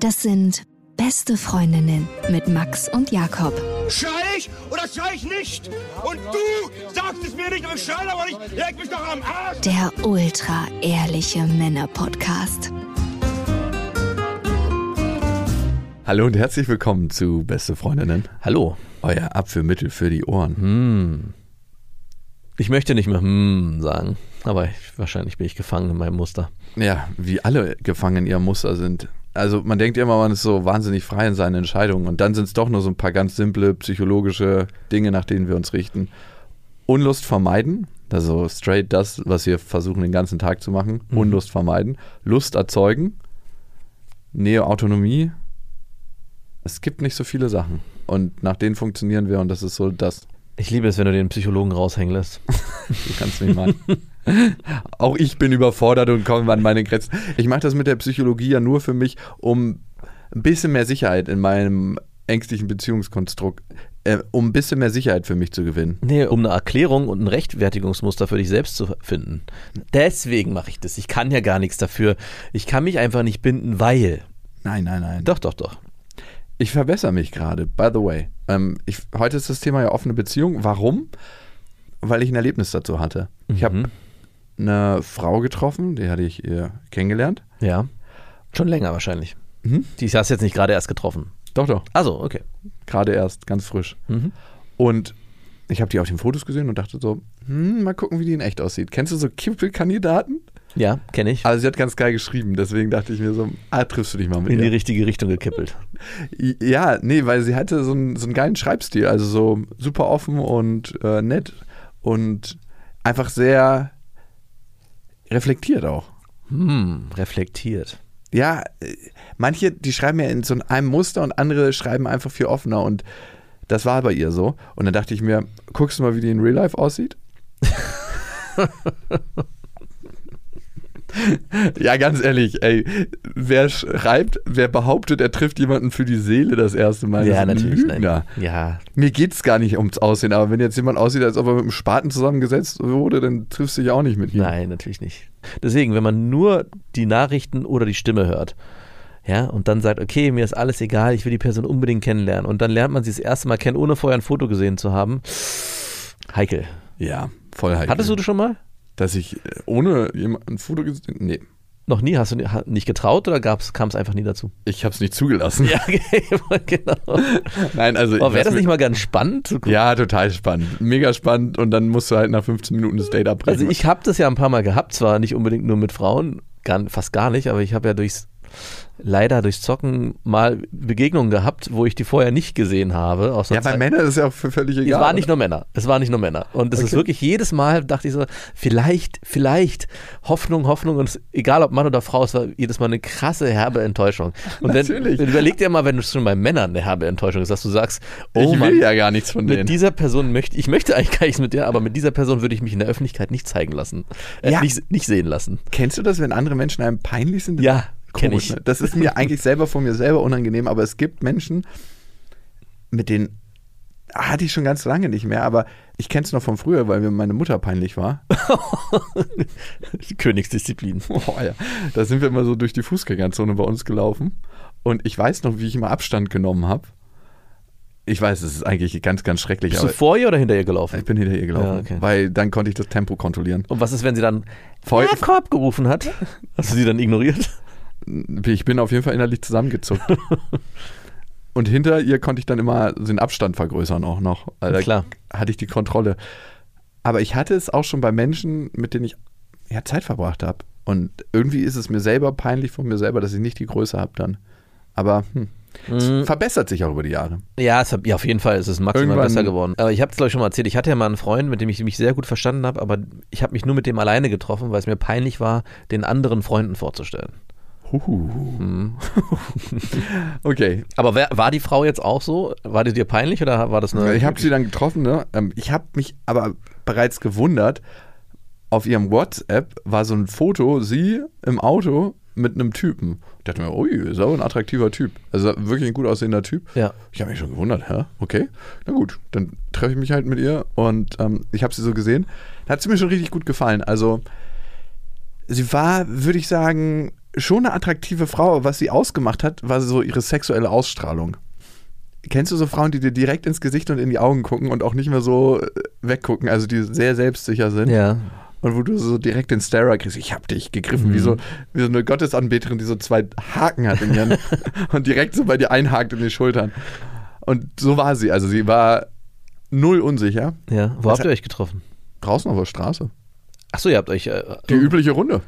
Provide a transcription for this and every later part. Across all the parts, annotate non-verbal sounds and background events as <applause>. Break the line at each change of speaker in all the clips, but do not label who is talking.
Das sind Beste Freundinnen mit Max und Jakob.
Schrei ich oder schrei ich nicht? Und du sagst es mir nicht, aber ich schrei aber nicht. Leg mich doch am Arsch.
Der ultra-ehrliche Männer-Podcast.
Hallo und herzlich willkommen zu Beste Freundinnen.
Hallo.
Euer Abführmittel für die Ohren.
Hm. Ich möchte nicht mehr hm sagen, aber ich, wahrscheinlich bin ich gefangen in meinem Muster.
Ja, wie alle gefangen in ihrem Muster sind. Also man denkt immer, man ist so wahnsinnig frei in seinen Entscheidungen und dann sind es doch nur so ein paar ganz simple psychologische Dinge, nach denen wir uns richten. Unlust vermeiden, also straight das, was wir versuchen den ganzen Tag zu machen. Unlust vermeiden. Lust erzeugen. Neo-Autonomie. Es gibt nicht so viele Sachen und nach denen funktionieren wir und das ist so das.
Ich liebe es, wenn du den Psychologen raushängen
<laughs>
lässt.
Du kannst mich mal. <laughs> Auch ich bin überfordert und komme an meine Grenzen. Ich mache das mit der Psychologie ja nur für mich, um ein bisschen mehr Sicherheit in meinem ängstlichen Beziehungskonstrukt, äh, um ein bisschen mehr Sicherheit für mich zu gewinnen.
Nee, um eine Erklärung und ein Rechtfertigungsmuster für dich selbst zu finden. Deswegen mache ich das. Ich kann ja gar nichts dafür. Ich kann mich einfach nicht binden, weil.
Nein, nein, nein.
Doch, doch, doch.
Ich verbessere mich gerade, by the way. Ähm, ich, heute ist das Thema ja offene Beziehung. Warum? Weil ich ein Erlebnis dazu hatte. Ich habe eine Frau getroffen, die hatte ich äh, kennengelernt.
Ja. Schon länger wahrscheinlich.
Mhm.
Die hast du jetzt nicht gerade erst getroffen.
Doch, doch,
Also, okay.
gerade erst, ganz frisch.
Mhm.
Und ich habe die auf den Fotos gesehen und dachte so, hm, mal gucken, wie die in echt aussieht. Kennst du so Kippelkandidaten?
Ja, kenne ich.
Also sie hat ganz geil geschrieben, deswegen dachte ich mir so, ah, triffst du dich mal mit
In die
ihr.
richtige Richtung gekippelt.
Ja, nee, weil sie hatte so einen, so einen geilen Schreibstil, also so super offen und äh, nett und einfach sehr reflektiert auch.
Hm, reflektiert.
Ja, äh, manche, die schreiben ja in so einem Muster und andere schreiben einfach viel offener und das war bei ihr so. Und dann dachte ich mir, guckst du mal, wie die in Real Life aussieht? <laughs> ja, ganz ehrlich, ey, wer schreibt, wer behauptet, er trifft jemanden für die Seele das erste Mal, das
ja,
Also ist ein
natürlich.
Lügner.
Nein. Ja,
Mir geht's gar nicht ums Aussehen, aber wenn jetzt jemand aussieht, als ob er mit einem Spaten zusammengesetzt wurde, dann triffst du dich auch nicht mit ihm.
Nein, natürlich nicht. Deswegen, wenn man nur die Nachrichten oder die Stimme hört, ja, und dann sagt, okay, mir ist alles egal, ich will die Person unbedingt kennenlernen. Und dann lernt man sie das erste Mal kennen, ohne vorher ein Foto gesehen zu haben. Heikel.
Ja, voll heikel.
Hattest du das schon mal?
Dass ich äh, ohne jemanden ein Foto gesehen Nee.
Noch nie? Hast du ni- ha- nicht getraut oder kam es einfach nie dazu?
Ich habe es nicht zugelassen.
<laughs> Ja, genau.
<laughs> Nein, also
Oh, Wäre
was
das
mir-
nicht mal ganz spannend? zu gucken?
<laughs> Ja, total spannend. Mega spannend und dann musst du halt nach 15 Minuten das Date abbrechen.
Also ich habe das ja ein paar Mal gehabt, zwar nicht unbedingt nur mit Frauen, gar, fast gar nicht, aber ich habe ja durchs leider durchs Zocken mal Begegnungen gehabt, wo ich die vorher nicht gesehen habe. Aus einer
ja, bei
Zeit-
Männern ist ja auch völlig egal.
es waren nicht nur Männer. Es waren nicht nur Männer. Und es ist
Okay.
wirklich jedes Mal dachte ich so, vielleicht, vielleicht Hoffnung, Hoffnung. Und es, egal ob Mann oder Frau, es war jedes Mal eine krasse herbe Enttäuschung. Und
<laughs>
dann,
Natürlich.
dann überleg dir mal, wenn es schon bei Männern eine herbe Enttäuschung ist, dass du sagst,
ich
oh
will
Mann,
ja gar nichts von
mit
denen.
dieser Person möchte ich möchte eigentlich gar nichts mit der, aber mit dieser Person würde ich mich in der Öffentlichkeit nicht zeigen lassen, äh,
Ja.
nicht, nicht sehen lassen. <laughs>
Kennst du das, wenn andere Menschen einem peinlich sind?
Ja, kenn
Komisch,
ich.
ne? Das ist
<laughs>
mir eigentlich selber von mir selber unangenehm, aber es gibt Menschen, mit denen hatte ich schon ganz lange nicht mehr, aber ich kenne es noch von früher, weil mir meine Mutter peinlich war.
Königsdisziplin.
Oh, ja. Da sind wir immer so durch die Fußgängerzone bei uns gelaufen. Und ich weiß noch, wie ich immer Abstand genommen habe. Ich weiß, es ist eigentlich ganz, ganz schrecklich.
Bist
aber
du vor ihr oder hinter ihr gelaufen?
Ich bin hinter ihr gelaufen,
Ja, okay.
weil dann konnte ich das Tempo kontrollieren.
Und was ist, wenn sie dann
Voll-
Jakob gerufen hat? <laughs> Hast du sie dann ignoriert?
Ich bin auf jeden Fall innerlich zusammengezuckt. Und hinter ihr konnte ich dann immer den Abstand vergrößern auch noch. Also da
Klar.
Hatte ich die Kontrolle. Aber ich hatte es auch schon bei Menschen, mit denen ich ja, Zeit verbracht habe. Und irgendwie ist es mir selber peinlich von mir selber, dass ich nicht die Größe habe dann. Aber hm, es verbessert sich auch über die Jahre.
Ja, es hat, ja, auf jeden Fall ist es maximal
Irgendwann-
besser geworden. Aber ich habe es, glaube ich, schon mal erzählt. Ich hatte ja mal einen Freund, mit dem ich mich sehr gut verstanden habe, aber ich habe mich nur mit dem alleine getroffen, weil es mir peinlich war, den anderen Freunden vorzustellen.
Huhu. <laughs> okay,
Aber wer, war die Frau jetzt auch so? War die dir peinlich oder war das eine.
Ich habe sie dann getroffen, ne? Ähm, Ich habe mich aber bereits gewundert, auf ihrem WhatsApp war so ein Foto, sie im Auto mit einem Typen. Ich dachte mir, ui, ist aber ein attraktiver Typ. Also wirklich ein gut aussehender Typ.
Ja.
Ich habe mich schon gewundert, hä? Okay. Na gut, dann treffe ich mich halt mit ihr und ähm, ich habe sie so gesehen. Da hat sie mir schon richtig gut gefallen. Also sie war, würde ich sagen, schon eine attraktive Frau. Aber Was sie ausgemacht hat, war so ihre sexuelle Ausstrahlung. Kennst du so Frauen, die dir direkt ins Gesicht und in die Augen gucken und auch nicht mehr so äh, weggucken, also die sehr selbstsicher sind?
Ja.
Und wo du so direkt den Starer kriegst, ich hab dich gegriffen,
Mhm.
wie, so, wie so eine Gottesanbeterin, die so zwei Haken hat in
<laughs>
ihren und direkt so bei dir einhakt in die Schultern. Und so war sie. Also sie war null unsicher.
Ja. Wo
Was
habt ihr euch getroffen?
Draußen auf der Straße.
Achso, ihr habt euch. Äh,
Die übliche Runde.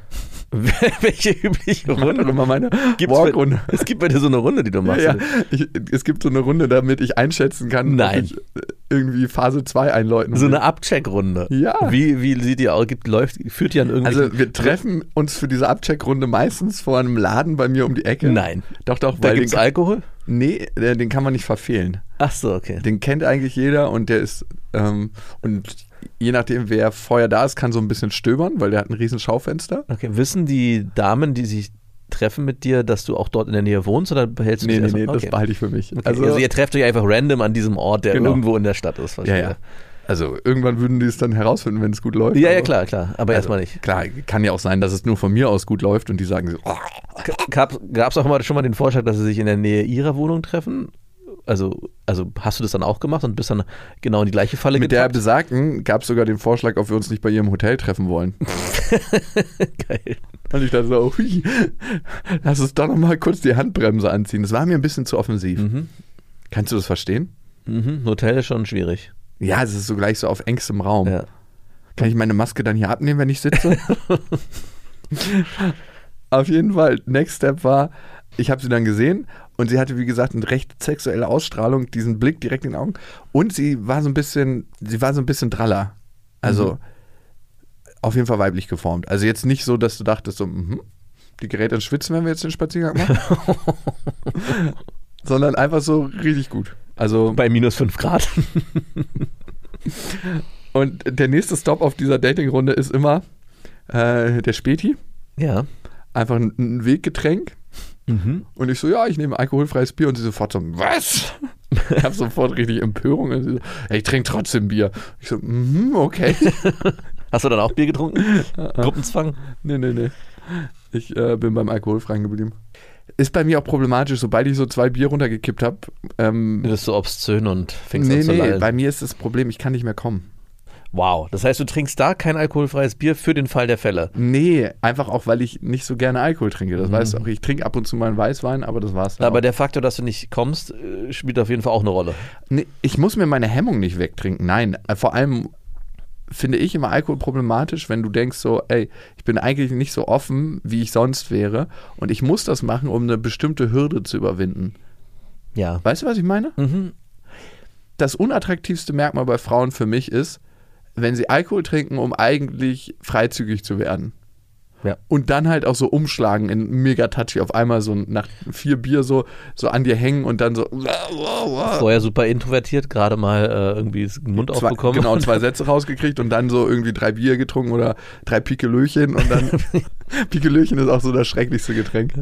<laughs> welche übliche
Runde <laughs>
Runde?
immer meine
Gibt's
Walkrunde.
bei- Es gibt bei dir so eine Runde, die du
Ja,
machst.
ja. Ich, es gibt so eine Runde, damit ich einschätzen kann,
Nein.
ob ich äh, irgendwie Phase 2 einläuten
So
will.
eine Abcheckrunde.
Ja.
Wie, wie sieht die aus? Gibt, läuft, führt die an irgendwie.
Also wir treffen uns für diese Abcheckrunde meistens vor einem Laden bei mir um die Ecke.
Nein.
Doch, doch,
da
weil
gibt es
den,
Alkohol?
nee, äh, den kann man nicht verfehlen.
Ach so, okay.
Den kennt eigentlich jeder und der ist ähm, und je nachdem, wer vorher da ist, kann so ein bisschen stöbern, weil der hat ein riesen Schaufenster.
Okay, wissen die Damen, die sich treffen mit dir, dass du auch dort in der Nähe wohnst oder behältst du
Nee, nee,
das
nee,
erstmal?
das
okay.
behalte ich für mich.
okay. also, ihr trefft euch einfach random an diesem Ort, der
Genau.
irgendwo in der Stadt ist.
ja,
verstehe.
ja. Also irgendwann würden die es dann herausfinden, wenn es gut läuft.
Ja, ja,
aber-
klar, klar.
Also
Aber erstmal nicht.
Klar, kann ja auch sein, dass es nur von mir aus gut läuft und die sagen so, oh,
Gab es auch mal schon mal den Vorschlag, dass sie sich in der Nähe ihrer Wohnung treffen? Also, also hast du das dann auch gemacht und bist dann genau in die gleiche Falle
mit der
getappt?
Besagten gab es sogar den Vorschlag, ob wir uns nicht bei ihrem Hotel treffen
<laughs>
wollen.
Geil.
Und ich dachte so, hui, lass uns doch nochmal kurz die Handbremse anziehen. Das war mir ein bisschen zu offensiv. Kannst du das verstehen?
Mhm, Hotel ist schon schwierig.
Ja, es ist so gleich so auf engstem Raum.
Ja.
Kann ich meine Maske dann hier abnehmen, wenn ich sitze? Auf jeden Fall, Next Step war, ich habe sie dann gesehen und sie hatte, wie gesagt, eine recht sexuelle Ausstrahlung, diesen Blick direkt in den Augen. Und sie war so ein bisschen, sie war so ein bisschen draller. Also auf jeden Fall weiblich geformt. Also jetzt nicht so, dass du dachtest, so, mhm, die gerät ins Schwitzen, wenn wir jetzt den Spaziergang machen. Sondern einfach so richtig gut. Also
Bei minus 5 Grad.
Und der nächste Stop auf dieser Dating-Runde ist immer äh, der Späti.
<laughs> ja.
Einfach ein, ein Weggetränk.
Mhm.
Und ich so, ja, ich nehme alkoholfreies Bier. Und sie sofort so, was? Ich habe sofort richtig Empörung. Und sie so, ja, ich trinke trotzdem Bier. Ich so, mhm,
<laughs>
okay.
Hast du dann auch Bier <laughs> getrunken? Gruppenzwang?
nee, nee, nee. Ich äh, bin beim Alkoholfreien geblieben. Ist bei mir auch problematisch, sobald ich so zwei Bier runtergekippt habe. Ähm,
Du bist so obszön und fängst
nee,
an zu
nee, bei
lallen.
mir ist das Problem, ich kann nicht mehr kommen.
Wow. Das heißt, du trinkst da kein alkoholfreies Bier für den Fall der Fälle.
Nee, einfach auch, weil ich nicht so gerne Alkohol trinke. Das weißt du auch. Ich trinke ab und zu mal einen Weißwein, aber das war's. dann
Mhm. Aber
auch.
der Faktor, dass du nicht kommst, äh, spielt auf jeden Fall auch eine Rolle.
Nee, ich muss mir meine Hemmung nicht wegtrinken. Nein, äh, vor allem finde ich immer Alkohol problematisch, wenn du denkst so, ey, ich bin eigentlich nicht so offen, wie ich sonst wäre und ich muss das machen, um eine bestimmte Hürde zu überwinden.
Ja.
Weißt du, was ich meine? Das unattraktivste Merkmal bei Frauen für mich ist, wenn sie Alkohol trinken, um eigentlich freizügig zu werden.
Ja.
Und dann halt auch so umschlagen in mega touchy auf einmal so nach vier Bier so, so an dir hängen und dann so
Vorher super introvertiert, gerade mal äh, irgendwie den Mund
zwei,
aufbekommen. <laughs>
Genau, zwei Sätze rausgekriegt und dann so irgendwie drei Bier getrunken oder drei Pikelöchen und
<laughs>
dann Pikelöchen ist auch so das schrecklichste Getränk.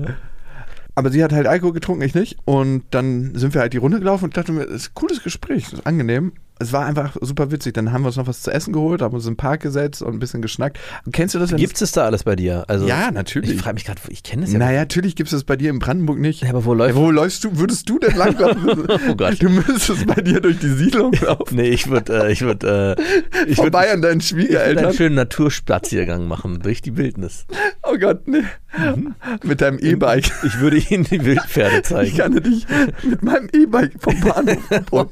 Aber sie hat halt Alkohol getrunken, ich nicht. Und dann sind wir halt die Runde gelaufen und dachten mir, das ist ein cooles Gespräch, das ist angenehm. Es war einfach super witzig. Dann haben wir uns noch was zu essen geholt, haben uns im Park gesetzt und ein bisschen geschnackt. Kennst du das? wenn-
Gibt es da alles bei dir? Also,
Ja, natürlich.
Ich frage mich gerade, ich kenne das ja.
Naja, natürlich gibt es das bei dir in Brandenburg nicht.
Ja, aber wo läuft-
Ja, wo läufst du? Würdest du
<laughs>
denn langlaufen?
Oh Gott.
Du müsstest bei dir durch die Siedlung laufen.
Nee, <laughs> ich würde, äh,
<laughs>
ich würde, äh, ich würde
vorbei an deinen Schwiegereltern.
einen schönen Naturspaziergang machen durch die Wildnis.
Oh Gott, nee. Mit deinem E-Bike.
Ich würde ihnen
<laughs>
die Wildpferde
Ich
Mhm. zeigen.
kann dich mit meinem E-Bike vom Bahnhof
<laughs>
abholen.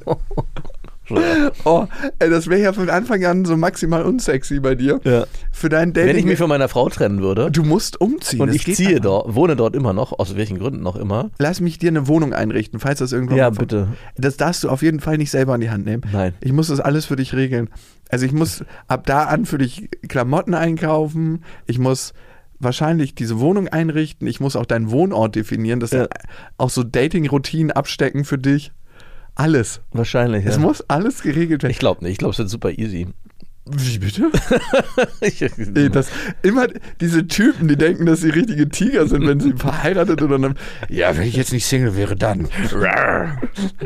Oh, ey, das wäre ja von Anfang an so maximal unsexy bei dir.
Ja.
Für dein Dating.
Wenn ich mich von meiner Frau trennen würde
du musst umziehen.
und
das
ich
geht halt
ziehe
einfach.
dort, wohne dort immer noch, aus welchen Gründen noch immer.
Lass mich dir eine Wohnung einrichten, falls das irgendwann.
Ja,
mal-
bitte.
Das darfst du auf jeden Fall nicht selber in die Hand nehmen.
Nein.
Ich muss das alles für dich regeln. Also ich muss ab da an für dich Klamotten einkaufen. Ich muss wahrscheinlich diese Wohnung einrichten. Ich muss auch deinen Wohnort definieren. Das
Ja.
sind auch so Dating-Routinen abstecken für dich. Alles.
Wahrscheinlich.
Es
Ja.
muss alles geregelt werden.
Ich glaube nicht. Ich glaube, es wird super easy. <laughs>
Wie bitte?
Ich-
Ey, das, immer diese Typen, die denken, dass sie richtige Tiger sind, wenn sie verheiratet oder dann. Ja, wenn ich jetzt nicht Single wäre, dann.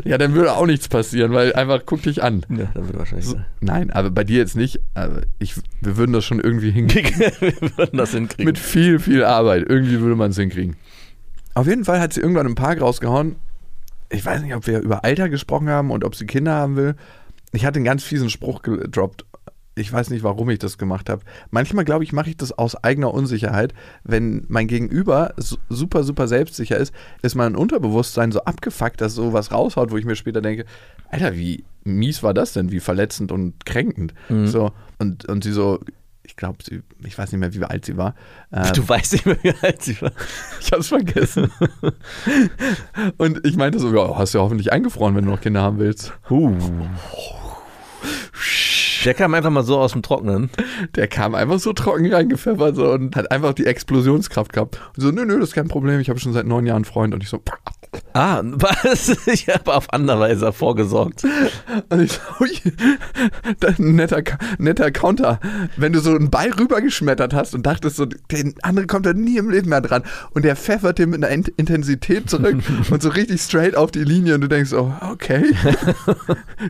Ja, dann würde auch nichts passieren, weil einfach guck dich an.
ja, dann wird wahrscheinlich
So, nein, aber bei dir jetzt nicht. Aber ich, wir würden das schon irgendwie hinkriegen.
<laughs> Wir würden das hinkriegen.
Mit viel, viel Arbeit. Irgendwie würde man es hinkriegen. Auf jeden Fall hat sie irgendwann im Park rausgehauen. Ich weiß nicht, ob wir über Alter gesprochen haben und ob sie Kinder haben will. Ich hatte einen ganz fiesen Spruch gedroppt. Ich weiß nicht, warum ich das gemacht habe. Manchmal, glaube ich, mache ich das aus eigener Unsicherheit. Wenn mein Gegenüber su- super, super selbstsicher ist, ist mein Unterbewusstsein so abgefuckt, dass sowas raushaut, wo ich mir später denke, Alter, wie mies war das denn? Wie verletzend und kränkend. So, und, und sie so, ich glaube, sie, ich weiß nicht mehr, wie alt sie war. Ähm,
Du weißt nicht mehr, wie alt sie war.
ich hab's vergessen. <laughs> Und ich meinte so, ja, hast du ja hoffentlich eingefroren, wenn du noch Kinder haben willst.
Der kam einfach mal so aus dem Trocknen.
Der kam einfach so trocken reingepfeffert so, und hat einfach die Explosionskraft gehabt. Und so, nö, nö, das ist kein Problem, ich habe schon seit neun Jahren einen Freund. Und ich so,
Ah, <laughs> was? Ich habe auf andere Weise vorgesorgt.
und Also ich so ui, <laughs> das ist ein netter, Ka- netter Counter. Wenn du so einen Ball rübergeschmettert hast und dachtest so, der andere kommt da nie im Leben mehr dran. Und der pfeffert dir mit einer Int- Intensität zurück und so richtig straight auf die Linie und du denkst, oh, okay.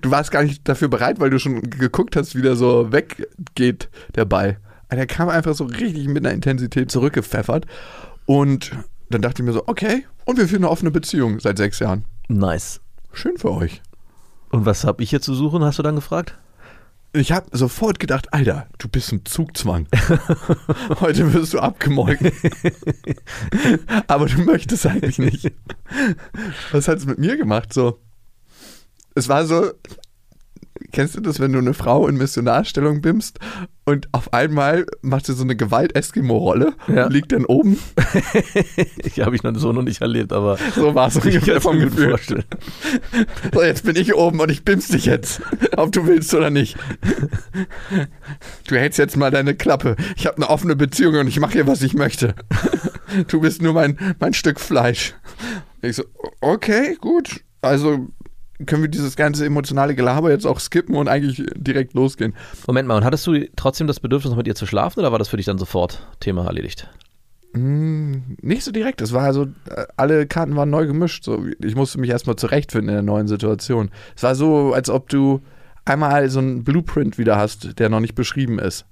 Du warst gar nicht dafür bereit, weil du schon geguckt hast, wie der so weggeht, der Ball. Aber der kam einfach so richtig mit einer Intensität zurückgepfeffert. Und dann dachte ich mir so, okay, und wir führen eine offene Beziehung seit sechs Jahren.
Nice.
Schön für euch.
Und was habe ich hier zu suchen, hast du dann gefragt?
Ich habe sofort gedacht, Alter, du bist ein Zugzwang. <laughs> Heute wirst du
<laughs>
abgemolken. Aber du möchtest eigentlich nicht. Was hat's mit mir gemacht? So, es war so. Kennst du das, wenn du eine Frau in Missionarstellung bimst und auf einmal macht sie so eine Gewalt-Eskimo-Rolle
Ja.
und liegt dann oben?
Ich habe ich noch so noch nicht erlebt, aber
So war
<laughs>
es
ich kann
ungefähr
es
vom
mir gut
Gefühl.
vorstellen.
So, jetzt bin ich oben und ich bims dich jetzt, ob du willst oder nicht. Du hältst jetzt mal deine Klappe. Ich habe eine offene Beziehung und ich mache hier, was ich möchte. Du bist nur mein, mein Stück Fleisch. Ich so, okay, gut. Also können wir dieses ganze emotionale Gelaber jetzt auch skippen und eigentlich direkt losgehen.
Moment mal, und hattest du trotzdem das Bedürfnis, noch mit ihr zu schlafen oder war das für dich dann sofort Thema erledigt?
Nicht so direkt. Es war also, äh, alle Karten waren neu gemischt. So, ich musste mich erstmal zurechtfinden in der neuen Situation. Es war so, als ob du einmal so einen Blueprint wieder hast, der noch nicht beschrieben ist.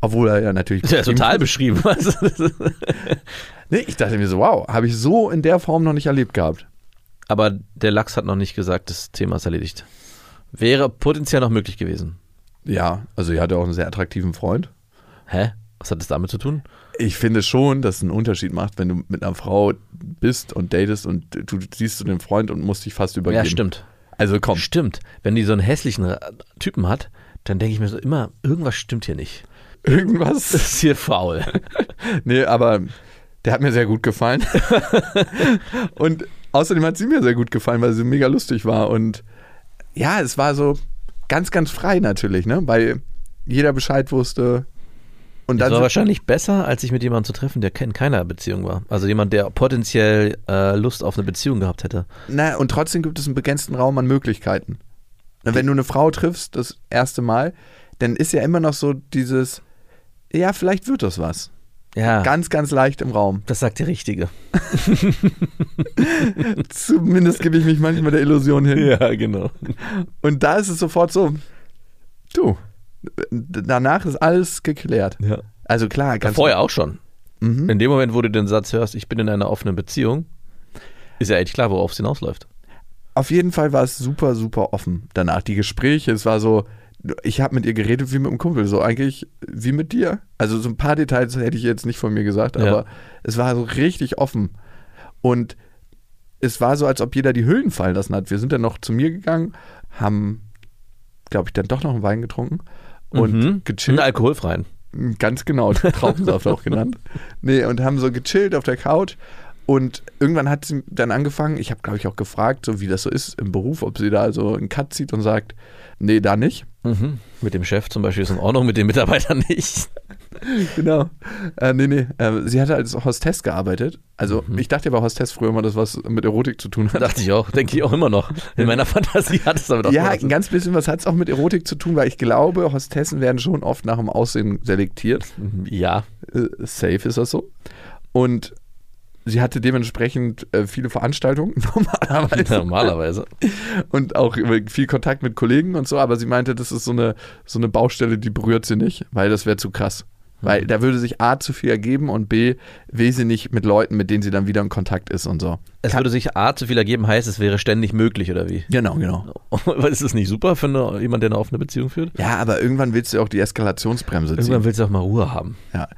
Obwohl er ja natürlich.
Ist ja
beschrieben
total beschrieben. <laughs>
Nee, ich dachte mir so, wow, habe ich so in der Form noch nicht erlebt gehabt.
aber der Lachs hat noch nicht gesagt, das Thema ist erledigt. Wäre potenziell noch möglich gewesen.
Ja, also ich hatte auch einen sehr attraktiven Freund.
Hä? Was hat das damit zu tun?
Ich finde schon, dass es einen Unterschied macht, wenn du mit einer Frau bist und datest und du siehst du den Freund und musst dich fast übergeben.
Ja, stimmt.
Also komm.
Stimmt. Wenn die so einen hässlichen äh, Typen hat, dann denke ich mir so immer, irgendwas stimmt hier nicht.
Irgendwas.
Das ist
<laughs>
hier faul.
Nee, aber der hat mir sehr gut gefallen.
<laughs>
und außerdem hat sie mir sehr gut gefallen, weil sie mega lustig war. Und ja, es war so ganz, ganz frei natürlich, ne? Weil jeder Bescheid wusste. Und
Das
dann
war wahrscheinlich besser, als sich mit jemandem zu treffen, der in keiner Beziehung war. Also jemand, der potenziell äh, Lust auf eine Beziehung gehabt hätte.
Na, und trotzdem gibt es einen begrenzten Raum an Möglichkeiten. Na, wenn du eine Frau triffst, das erste Mal, dann ist ja immer noch so dieses, ja, vielleicht wird das was.
Ja,
Ganz, ganz leicht im Raum.
das sagt
<laughs>
der Richtige.
Zumindest gebe ich mich manchmal der Illusion hin.
genau.
Und da ist es sofort so, du, d- danach ist alles geklärt.
Ja.
Also klar, ganz Mhm.
Vorher auch schon. In dem Moment, wo du den Satz hörst, ich bin in einer offenen Beziehung, ist ja echt klar, worauf es hinausläuft.
auf jeden Fall war es super, super offen danach. Die Gespräche, es war so, ich habe mit ihr geredet wie mit einem Kumpel, so eigentlich wie mit dir. Also so ein paar Details hätte ich jetzt nicht von mir gesagt,
Ja.
aber es war so richtig offen. Und es war so, als ob jeder die Hüllen fallen lassen hat. Wir sind dann noch zu mir gegangen, haben, glaube ich, dann doch noch einen Wein getrunken und Mhm. gechillt.
Einen alkoholfreien.
Ganz genau, <laughs> Traubensaft auch genannt. Nee, und haben so gechillt auf der Couch. Und irgendwann hat sie dann angefangen, ich habe, glaube ich, auch gefragt, so wie das so ist im Beruf, ob sie da so einen Cut zieht und sagt, nee, da nicht.
<laughs>
Mhm.
Mit dem Chef zum Beispiel ist in Ordnung, mit den Mitarbeitern <laughs> nicht.
genau. Äh, nee, nee. Äh, sie hatte als Hostess gearbeitet. Also, ich dachte ja bei Hostess früher immer, dass was mit Erotik zu tun hat.
Mhm. <laughs> Dachte ich auch, denke ich auch immer noch. In meiner Fantasie hat es damit auch also.
Ja,
was.
ein ganz bisschen was hat es auch mit Erotik zu tun, weil ich glaube, Hostessen werden schon oft nach dem Aussehen selektiert.
Ja.
Äh, safe ist das so. Und sie hatte dementsprechend äh, viele Veranstaltungen <laughs> normalerweise
Normalerweise.
und auch über viel Kontakt mit Kollegen und so, aber sie meinte, das ist so eine, so eine Baustelle, die berührt sie nicht, weil das wäre zu krass. Weil da würde sich A zu viel ergeben und B will sie nicht mit Leuten, mit denen sie dann wieder in Kontakt ist und so.
Es würde sich A zu viel ergeben, heißt, es wäre ständig möglich, oder wie? <laughs>
Genau, genau.
Aber ist das nicht super für eine, jemand, der eine offene Beziehung führt?
Ja, aber irgendwann willst du auch die Eskalationsbremse ziehen.
Irgendwann willst du auch mal Ruhe haben. <laughs>
Ja.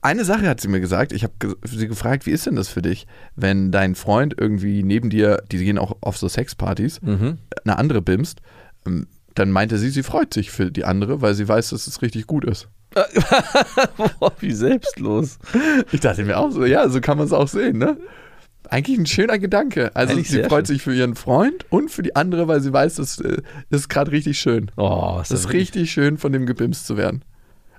Eine Sache hat sie mir gesagt, ich habe ge sie gefragt, wie ist denn das für dich, wenn dein Freund irgendwie neben dir, die gehen auch auf so Sexpartys, eine andere bimst, ähm, dann meinte sie, sie freut sich für die andere, weil sie weiß, dass es richtig gut ist.
Boah, Oh, wie selbstlos.
Ich dachte mir auch so, ja, so kann man es auch sehen, ne? Eigentlich ein schöner Gedanke. Also
Eigentlich
sie
sehr
freut sich für ihren Freund und für die andere, weil sie weiß, das äh, ist gerade richtig schön.
Oh, ist
Das
das
ist richtig schön, von dem gebimst zu werden.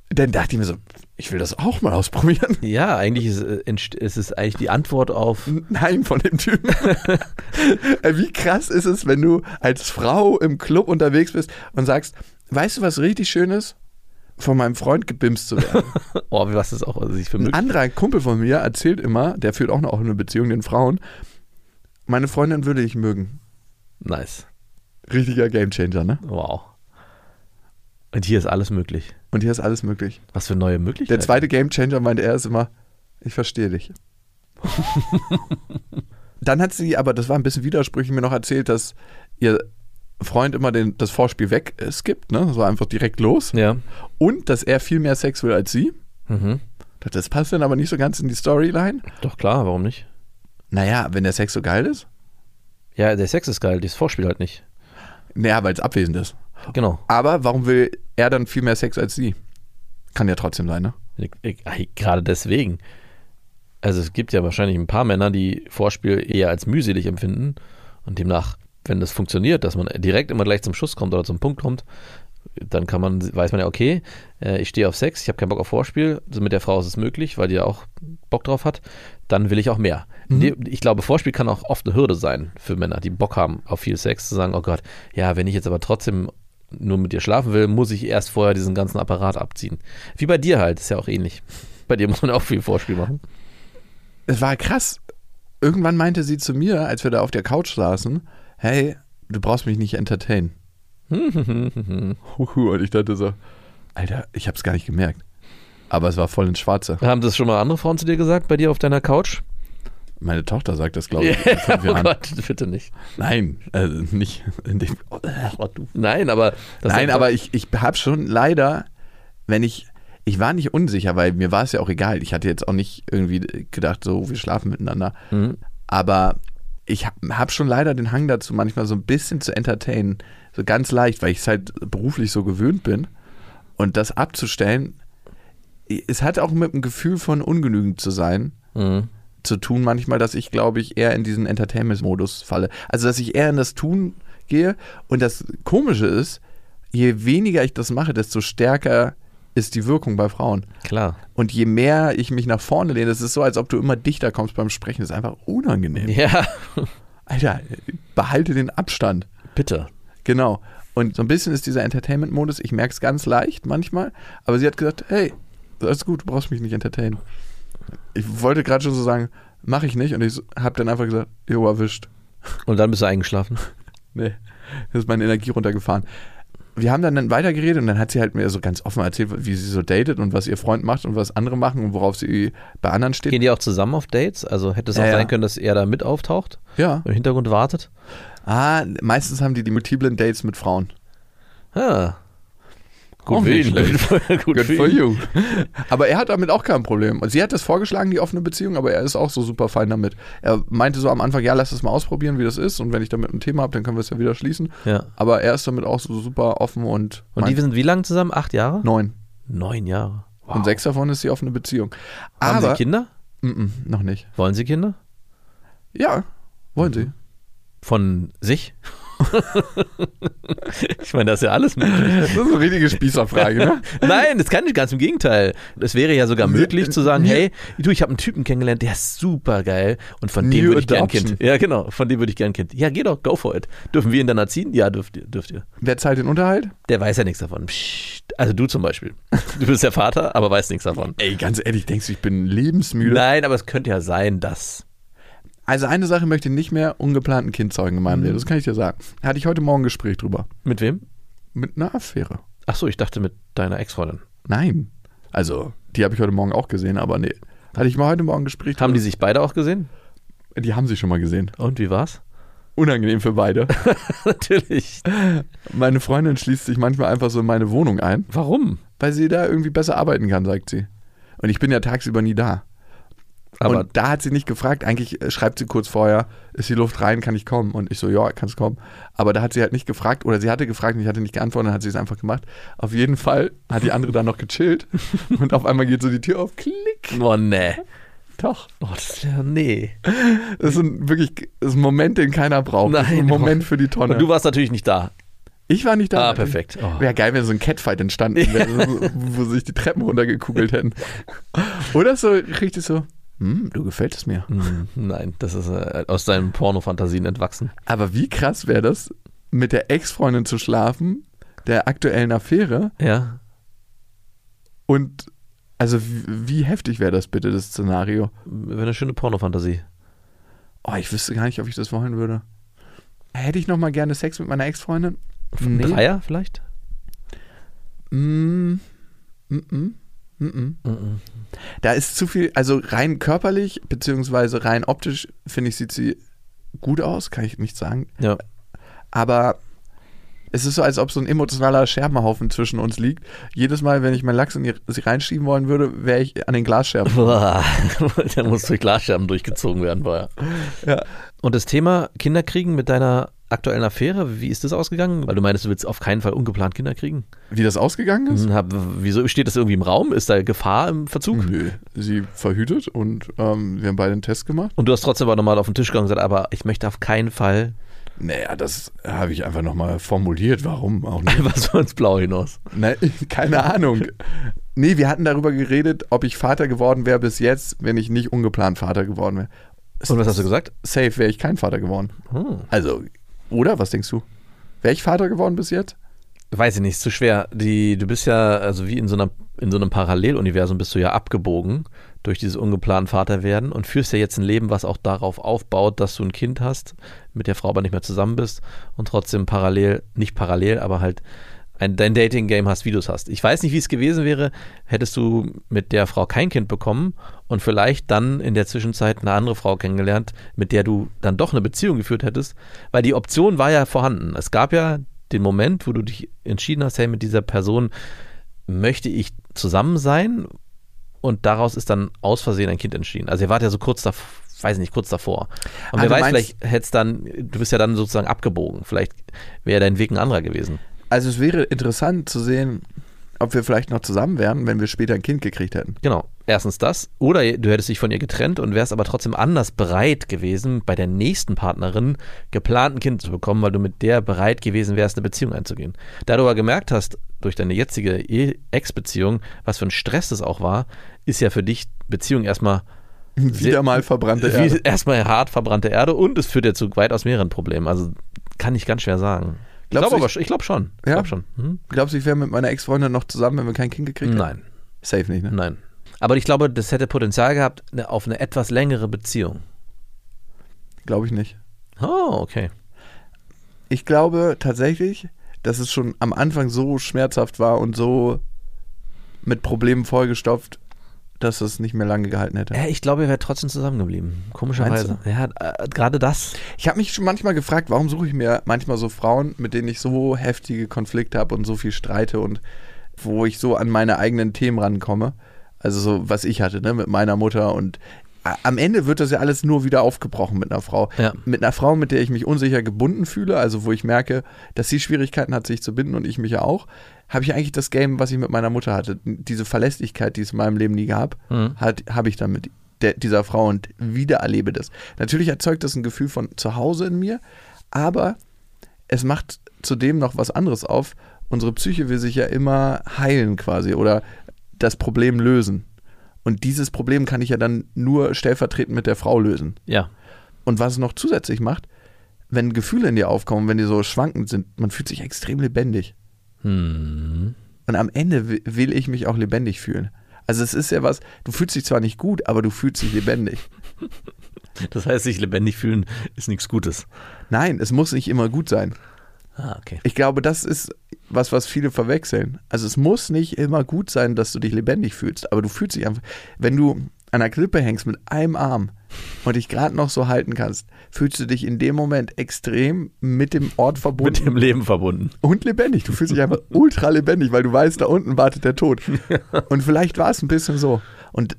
Dann dachte ich mir so, ich will das auch mal ausprobieren.
Ja, eigentlich ist, äh, entst- ist es eigentlich die Antwort auf.
Nein, von dem Typen. Äh, Wie krass ist es, wenn du als Frau im Club unterwegs bist und sagst, weißt du, was richtig schön ist? Von meinem Freund gebimst zu werden.
Oh, was das auch sich für
Ein
möglich.
anderer Kumpel von mir erzählt immer, der führt auch eine offene Beziehung, den Frauen, meine Freundin würde ich mögen.
Nice.
Richtiger Gamechanger, ne?
Wow. Und hier ist alles möglich.
Und hier ist alles möglich.
Was für neue
Der
Möglichkeiten.
zweite Gamechanger meint er ist immer, ich verstehe
<laughs>
dich. Dann hat sie, aber das war ein bisschen widersprüchlich, mir noch erzählt, dass ihr Freund immer den, das Vorspiel wegskippt, ne? So einfach direkt los.
Ja.
Und dass er viel mehr Sex will als sie.
Mhm.
Das passt dann aber nicht so ganz in die Storyline.
Doch klar, warum nicht?
Naja, wenn der Sex so geil ist.
Ja, der Sex ist geil, das Vorspiel halt nicht.
Naja, weil es abwesend ist.
Genau.
Aber warum will er dann viel mehr Sex als sie? Kann ja trotzdem sein, ne?
Ich- ich- Gerade deswegen. Also es gibt ja wahrscheinlich ein paar Männer, die Vorspiel eher als mühselig empfinden und demnach, wenn das funktioniert, dass man direkt immer gleich zum Schuss kommt oder zum Punkt kommt, dann kann man, weiß man ja, okay, äh, ich stehe auf Sex, ich habe keinen Bock auf Vorspiel, also mit der Frau ist es möglich, weil die ja auch Bock drauf hat, dann will ich auch mehr.
Mhm.
Nee, Ich glaube, Vorspiel kann auch oft eine Hürde sein für Männer, die Bock haben auf viel Sex, zu sagen, oh Gott, ja, wenn ich jetzt aber trotzdem nur mit dir schlafen will, muss ich erst vorher diesen ganzen Apparat abziehen. Wie bei dir halt, ist ja auch ähnlich. Bei dir muss man auch viel Vorspiel machen.
Es war krass. Irgendwann meinte sie zu mir, als wir da auf der Couch saßen, hey, du brauchst mich nicht entertainen. Huhu, <laughs> Und ich dachte so, Alter, ich hab's gar nicht gemerkt. Aber es war voll ins Schwarze.
Haben das schon mal andere Frauen zu dir gesagt, bei dir auf deiner Couch?
Meine Tochter sagt das, <laughs> glaube ich, in fünf
<laughs> oh
Jahren.
Gott, bitte nicht.
Nein, also nicht in dem. <laughs>
Nein, aber... das-
Nein, aber ich, ich habe schon leider, wenn ich, ich war nicht unsicher, weil mir war es ja auch egal. Ich hatte jetzt auch nicht irgendwie gedacht, so, wir schlafen miteinander. Aber ich habe hab schon leider den Hang dazu, manchmal so ein bisschen zu entertainen. So ganz leicht, weil ich es halt beruflich so gewöhnt bin. Und das abzustellen, es hat auch mit dem Gefühl von ungenügend zu sein
Mhm.
zu tun manchmal, dass ich, glaube ich, eher in diesen Entertainment-Modus falle. Also, dass ich eher in das Tun gehe. Und das Komische ist, je weniger ich das mache, desto stärker ist die Wirkung bei Frauen.
Klar.
Und je mehr ich mich nach vorne lehne, das ist so, als ob du immer dichter kommst beim Sprechen. Das ist einfach unangenehm.
Ja,
Alter, behalte den Abstand.
bitte.
Genau. Und so ein bisschen ist dieser Entertainment-Modus, ich merke es ganz leicht manchmal, aber sie hat gesagt, hey, alles gut, du brauchst mich nicht entertainen. Ich wollte gerade schon so sagen, mache ich nicht und ich habe dann einfach gesagt, jo, erwischt.
Und dann bist du <laughs> eingeschlafen.
Nee, das ist meine Energie runtergefahren. Wir haben dann weitergeredet und dann hat sie halt mir so ganz offen erzählt, wie sie so datet und was ihr Freund macht und was andere machen und worauf sie bei anderen steht.
Gehen die auch zusammen auf Dates? Also hätte es auch
Ja, ja.
sein können, dass er da mit auftaucht,
Ja.
im Hintergrund wartet?
Ah, meistens haben die die multiplen Dates mit Frauen.
Ah. Gut
Auch
für
nicht
ihn.
schlecht.
Gut <laughs> für- Gut
Good
für
for
ihn.
you. <laughs> Aber er hat damit auch kein Problem. Und sie hat das vorgeschlagen, die offene Beziehung, aber er ist auch so super fein damit. Er meinte so am Anfang, ja, lass das mal ausprobieren, wie das ist. Und wenn ich damit ein Thema habe, dann können wir es ja wieder schließen.
Ja.
Aber er ist damit auch so super offen und,
Und die sind wie lange zusammen? Acht Jahre?
neun.
Neun Jahre. Wow.
Und sechs davon ist die offene Beziehung.
Haben
Aber
sie Kinder?
Mm, mm, noch nicht.
Wollen sie Kinder?
Ja, wollen sie.
<laughs> Von sich? Ich meine, das ist ja alles möglich.
<laughs> Das ist eine richtige Spießerfrage, ne?
<laughs> Nein, das kann ich ganz im Gegenteil. Es wäre ja sogar möglich zu sagen, hey, du, ich habe einen Typen kennengelernt, der ist super geil und von dem
New
würde ich gern ein
Adoption.
Kind. Ja, genau, von dem würde ich gern ein Kind. Ja, geh doch, go for it. Dürfen wir ihn dann erziehen? Ja, dürft ihr. Dürft ihr.
<laughs> Wer zahlt den Unterhalt?
Der weiß ja nichts davon. Psst. Also du zum Beispiel. Du bist der Vater, aber weißt nichts davon.
Ey, ganz ehrlich, denkst du, ich bin lebensmüde?
Nein, aber es könnte ja sein, dass.
Also eine Sache möchte ich nicht mehr ungeplanten Kind zeugen in meinem Leben, das kann ich dir sagen. Da hatte ich heute Morgen ein Gespräch drüber.
Mit wem?
Mit einer Affäre.
Ach so, ich dachte mit deiner Ex-Freundin.
Nein. Also, die habe ich heute Morgen auch gesehen, aber nee. Hatte ich mal heute Morgen ein Gespräch
Haben die sich beide auch gesehen?
drüber. Die haben sie schon mal gesehen.
Und wie war's? <laughs>
Unangenehm für beide.
Natürlich.
Meine Freundin schließt sich manchmal einfach so in meine Wohnung ein,
Warum?
weil sie da irgendwie besser arbeiten kann, sagt sie. Und ich bin ja tagsüber nie da.
Aber
und da hat sie nicht gefragt. Eigentlich äh, schreibt sie kurz vorher, ist die Luft rein, kann ich kommen? Und ich so, ja, kannst kommen. Aber da hat sie halt nicht gefragt oder sie hatte gefragt und ich hatte nicht geantwortet, dann hat sie es einfach gemacht. Auf jeden Fall hat die andere dann noch
<laughs>
gechillt und auf einmal geht so die Tür auf, klick.
oh nee.
Doch.
Oh, das ist ja nee.
Das ist ein, wirklich das ist ein Moment, den keiner braucht. das ist ein
Nein.
Moment für die Tonne.
Und du warst natürlich nicht da.
ich war nicht da.
Ah, perfekt. Oh.
Wäre geil, wenn so ein Catfight entstanden wäre, so, wo sich die Treppen runtergekugelt hätten. Oder so richtig so, hm, du gefällst mir.
Hm, Nein, das ist äh, aus deinen Pornofantasien entwachsen.
Aber wie krass wäre das, mit der Ex-Freundin zu schlafen, der aktuellen Affäre?
Ja.
Und also wie, wie heftig wäre das bitte, das Szenario?
Wäre eine schöne Pornofantasie.
Oh, ich wüsste gar nicht, ob ich das wollen würde. Hätte ich noch mal gerne Sex mit meiner Ex-Freundin? Nee.
Dreier vielleicht?
Mm, mm, mm, mm, mm. Da ist zu viel, also rein körperlich, beziehungsweise rein optisch, finde ich, sieht sie gut aus, kann ich nicht sagen.
Ja.
aber es ist so, als ob so ein emotionaler Scherbenhaufen zwischen uns liegt. Jedes Mal, wenn ich meinen Lachs in die, sie reinschieben wollen würde, wäre ich an den Glasscherben.
Boah, <laughs> da muss durch Glasscherben durchgezogen werden vorher.
<laughs> Ja.
Und das Thema Kinderkriegen mit deiner aktuellen Affäre, wie ist das ausgegangen? Weil du meinst, du willst auf keinen Fall ungeplant Kinder kriegen.
Wie das ausgegangen ist?
Hm, Hab, wieso steht das irgendwie im Raum? Ist da Gefahr im Verzug?
Nö. Sie verhütet und ähm, wir haben beide einen Test gemacht.
Und du hast trotzdem aber nochmal auf den Tisch gegangen und gesagt, aber ich möchte auf keinen Fall <laughs>
Naja, das habe ich einfach nochmal formuliert. Warum auch nicht?
einfach so ins Blaue hinaus.
Ne, <laughs> keine Ahnung. Nee, wir hatten darüber geredet, ob ich Vater geworden wäre bis jetzt, wenn ich nicht ungeplant Vater geworden wäre.
Und was hast du gesagt?
Safe wäre ich kein Vater geworden.
Hm.
Also, oder? Was denkst du? Wäre ich Vater geworden bis jetzt?
Weiß ich nicht, ist zu schwer. Die, du bist ja, also wie in so, einer, in so einem Paralleluniversum bist du ja abgebogen durch dieses ungeplante Vaterwerden und führst ja jetzt ein Leben, was auch darauf aufbaut, dass du ein Kind hast, mit der Frau aber nicht mehr zusammen bist und trotzdem parallel, nicht parallel, aber halt ein, dein Dating-Game hast, wie du es hast. Ich weiß nicht, wie es gewesen wäre, hättest du mit der Frau kein Kind bekommen und vielleicht dann in der Zwischenzeit eine andere Frau kennengelernt, mit der du dann doch eine Beziehung geführt hättest, weil die Option war ja vorhanden. Es gab ja den Moment, wo du dich entschieden hast, hey, mit dieser Person möchte ich zusammen sein und daraus ist dann aus Versehen ein Kind entschieden. Also ihr wart ja so kurz davor, weiß nicht, kurz davor. Und
Ah, du
wer weiß,
meinst-
vielleicht hättest dann, du bist ja dann sozusagen abgebogen. Vielleicht wäre dein Weg ein anderer gewesen.
Also es wäre interessant zu sehen, ob wir vielleicht noch zusammen wären, wenn wir später ein Kind gekriegt hätten. <laughs>
Genau. Erstens das. Oder du hättest dich von ihr getrennt und wärst aber trotzdem anders bereit gewesen, bei der nächsten Partnerin geplant ein Kind zu bekommen, weil du mit der bereit gewesen wärst, eine Beziehung einzugehen. Da du aber gemerkt hast, durch deine jetzige E- Ex-Beziehung, was für ein Stress das auch war, ist ja für dich Beziehung erstmal
Wieder mal verbrannte
wie <laughs>
Erde.
erstmal hart verbrannte Erde und es führt ja zu weitaus mehreren Problemen. Also kann ich ganz schwer sagen. Ich
Glaubst
glaube
du,
aber
ich-
sch- ich glaube schon. Ich
Ja?
glaube schon. Hm?
Glaubst du, ich wäre mit meiner Ex-Freundin noch zusammen, wenn wir kein Kind gekriegt hätten?
Nein.
Safe nicht, ne?
Nein. Aber ich glaube, das hätte Potenzial gehabt ne, auf eine etwas längere Beziehung.
Glaube ich nicht.
Oh, okay.
Ich glaube tatsächlich, dass es schon am Anfang so schmerzhaft war und so mit Problemen vollgestopft, dass es nicht mehr lange gehalten hätte.
Äh, ich glaube, ihr wärt trotzdem zusammengeblieben. Komischerweise.
Meinst
Ja, äh, gerade das.
Ich habe mich schon manchmal gefragt, warum suche ich mir manchmal so Frauen, mit denen ich so heftige Konflikte habe und so viel streite und wo ich so an meine eigenen Themen rankomme. Also so, was ich hatte, ne, mit meiner Mutter und a- am Ende wird das ja alles nur wieder aufgebrochen mit einer Frau.
Ja.
Mit einer Frau, mit der ich mich unsicher gebunden fühle, also wo ich merke, dass sie Schwierigkeiten hat, sich zu binden und ich mich ja auch, habe ich eigentlich das Game, was ich mit meiner Mutter hatte. Diese Verlässlichkeit, die es in meinem Leben nie gab, hat habe ich dann mit der, dieser Frau und wieder erlebe das. Natürlich erzeugt das ein Gefühl von Zuhause in mir, aber es macht zudem noch was anderes auf. Unsere Psyche will sich ja immer heilen quasi oder das Problem lösen. Und dieses Problem kann ich ja dann nur stellvertretend mit der Frau lösen.
Ja.
Und was es noch zusätzlich macht, wenn Gefühle in dir aufkommen, wenn die so schwankend sind, man fühlt sich extrem lebendig.
Hm.
Und am Ende wi- will ich mich auch lebendig fühlen. Also es ist ja was, du fühlst dich zwar nicht gut, aber du fühlst dich lebendig.
Das heißt, sich lebendig fühlen ist nichts Gutes.
Nein, es muss nicht immer gut sein.
Ah, okay.
Ich glaube, das ist was, was viele verwechseln. Also es muss nicht immer gut sein, dass du dich lebendig fühlst, aber du fühlst dich einfach, wenn du an einer Klippe hängst mit einem Arm und dich gerade noch so halten kannst, fühlst du dich in dem Moment extrem mit dem Ort
Mit
verbunden
dem Leben verbunden.
und lebendig. Du fühlst dich
<laughs>
einfach ultra lebendig, weil du weißt, da unten wartet der Tod. Und vielleicht war es ein bisschen so. Und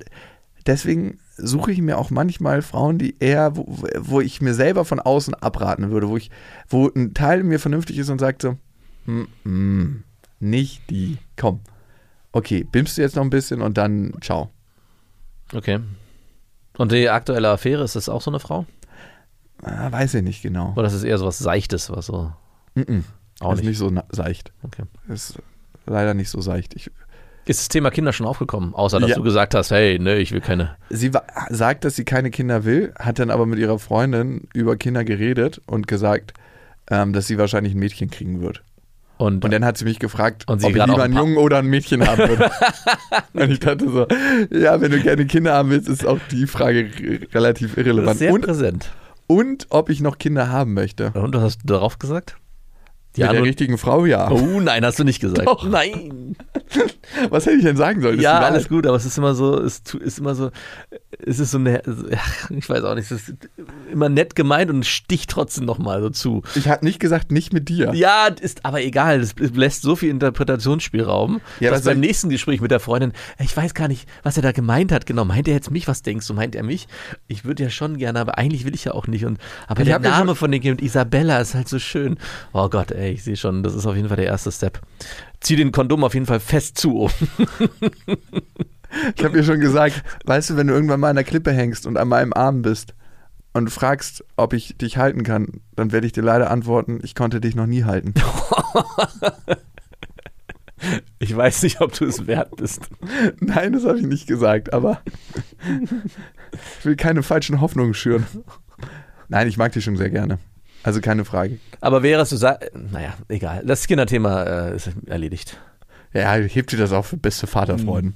deswegen suche ich mir auch manchmal Frauen, die eher, wo, wo ich mir selber von außen abraten würde, wo ich, wo ein Teil in mir vernünftig ist und sagt so, "Mm, mm, nicht die, komm. Okay, bimmst du jetzt noch ein bisschen und dann ciao.
Okay. Und die aktuelle Affäre, ist das auch so eine Frau?
Ah, weiß ich nicht genau.
Oder ist es eher so was Seichtes, was so.
Mm -mm.
Auch
ist
nicht.
nicht so na- seicht.
Okay.
Ist leider nicht so seicht. Ich,
Ist das Thema Kinder schon aufgekommen? Außer, dass
Ja.
du gesagt hast, hey, ne, ich will keine.
Sie wa- sagt, dass sie keine Kinder will, hat dann aber mit ihrer Freundin über Kinder geredet und gesagt, ähm, dass sie wahrscheinlich ein Mädchen kriegen wird.
Und,
Und dann hat sie mich gefragt,
Und sie
ob ich
gerade
lieber
auch ein
einen
paar-
Jungen oder ein Mädchen haben
<laughs>
würde. und ich dachte so, ja, wenn du gerne Kinder haben willst, ist auch die Frage r- relativ
das ist
irrelevant.
sehr
Und,
präsent.
und ob ich noch Kinder haben möchte.
Und was hast du darauf gesagt? Die
mit der
Antwort-
richtigen Frau, ja.
also Oh nein, hast du nicht <laughs> gesagt.
Doch.
Nein.
Was hätte ich denn sagen sollen? Das
ja,
ist die
alles
Wahrheit.
gut, aber es ist immer so, es tu- ist immer so, es ist so eine, ach, ich weiß auch nicht, es ist immer nett gemeint und sticht trotzdem nochmal so zu.
Ich habe nicht gesagt, nicht mit dir.
Ja, ist aber egal, das lässt so viel Interpretationsspielraum,
Ja,
dass
was soll
beim
ich-
nächsten Gespräch mit der Freundin, ich weiß gar nicht, was er da gemeint hat, genau, meint er jetzt mich, was denkst du, meint er mich? Ich würde ja schon gerne, aber eigentlich will ich ja auch nicht und, aber
Ich
der
hab ja
Name von dem Kind, Isabella, ist halt so schön. Oh Gott, ey, ich sehe schon, das ist auf jeden Fall der erste Step. Zieh den Kondom auf jeden Fall fest zu. oh. oben.
Ich habe ihr schon gesagt, weißt du, wenn du irgendwann mal an der Klippe hängst und an meinem Arm bist und fragst, ob ich dich halten kann, dann werde ich dir leider antworten, ich konnte dich noch nie <laughs> halten.
Ich weiß nicht, ob du es wert bist.
Nein, das habe ich nicht gesagt, <laughs> aber ich will keine falschen Hoffnungen schüren. Nein, ich mag dich schon sehr gerne. Also keine Frage.
Aber wäre es so, sa- naja, egal. Das Kinderthema äh, ist erledigt.
Ja, hebt dir das auch für beste Vaterfreuden.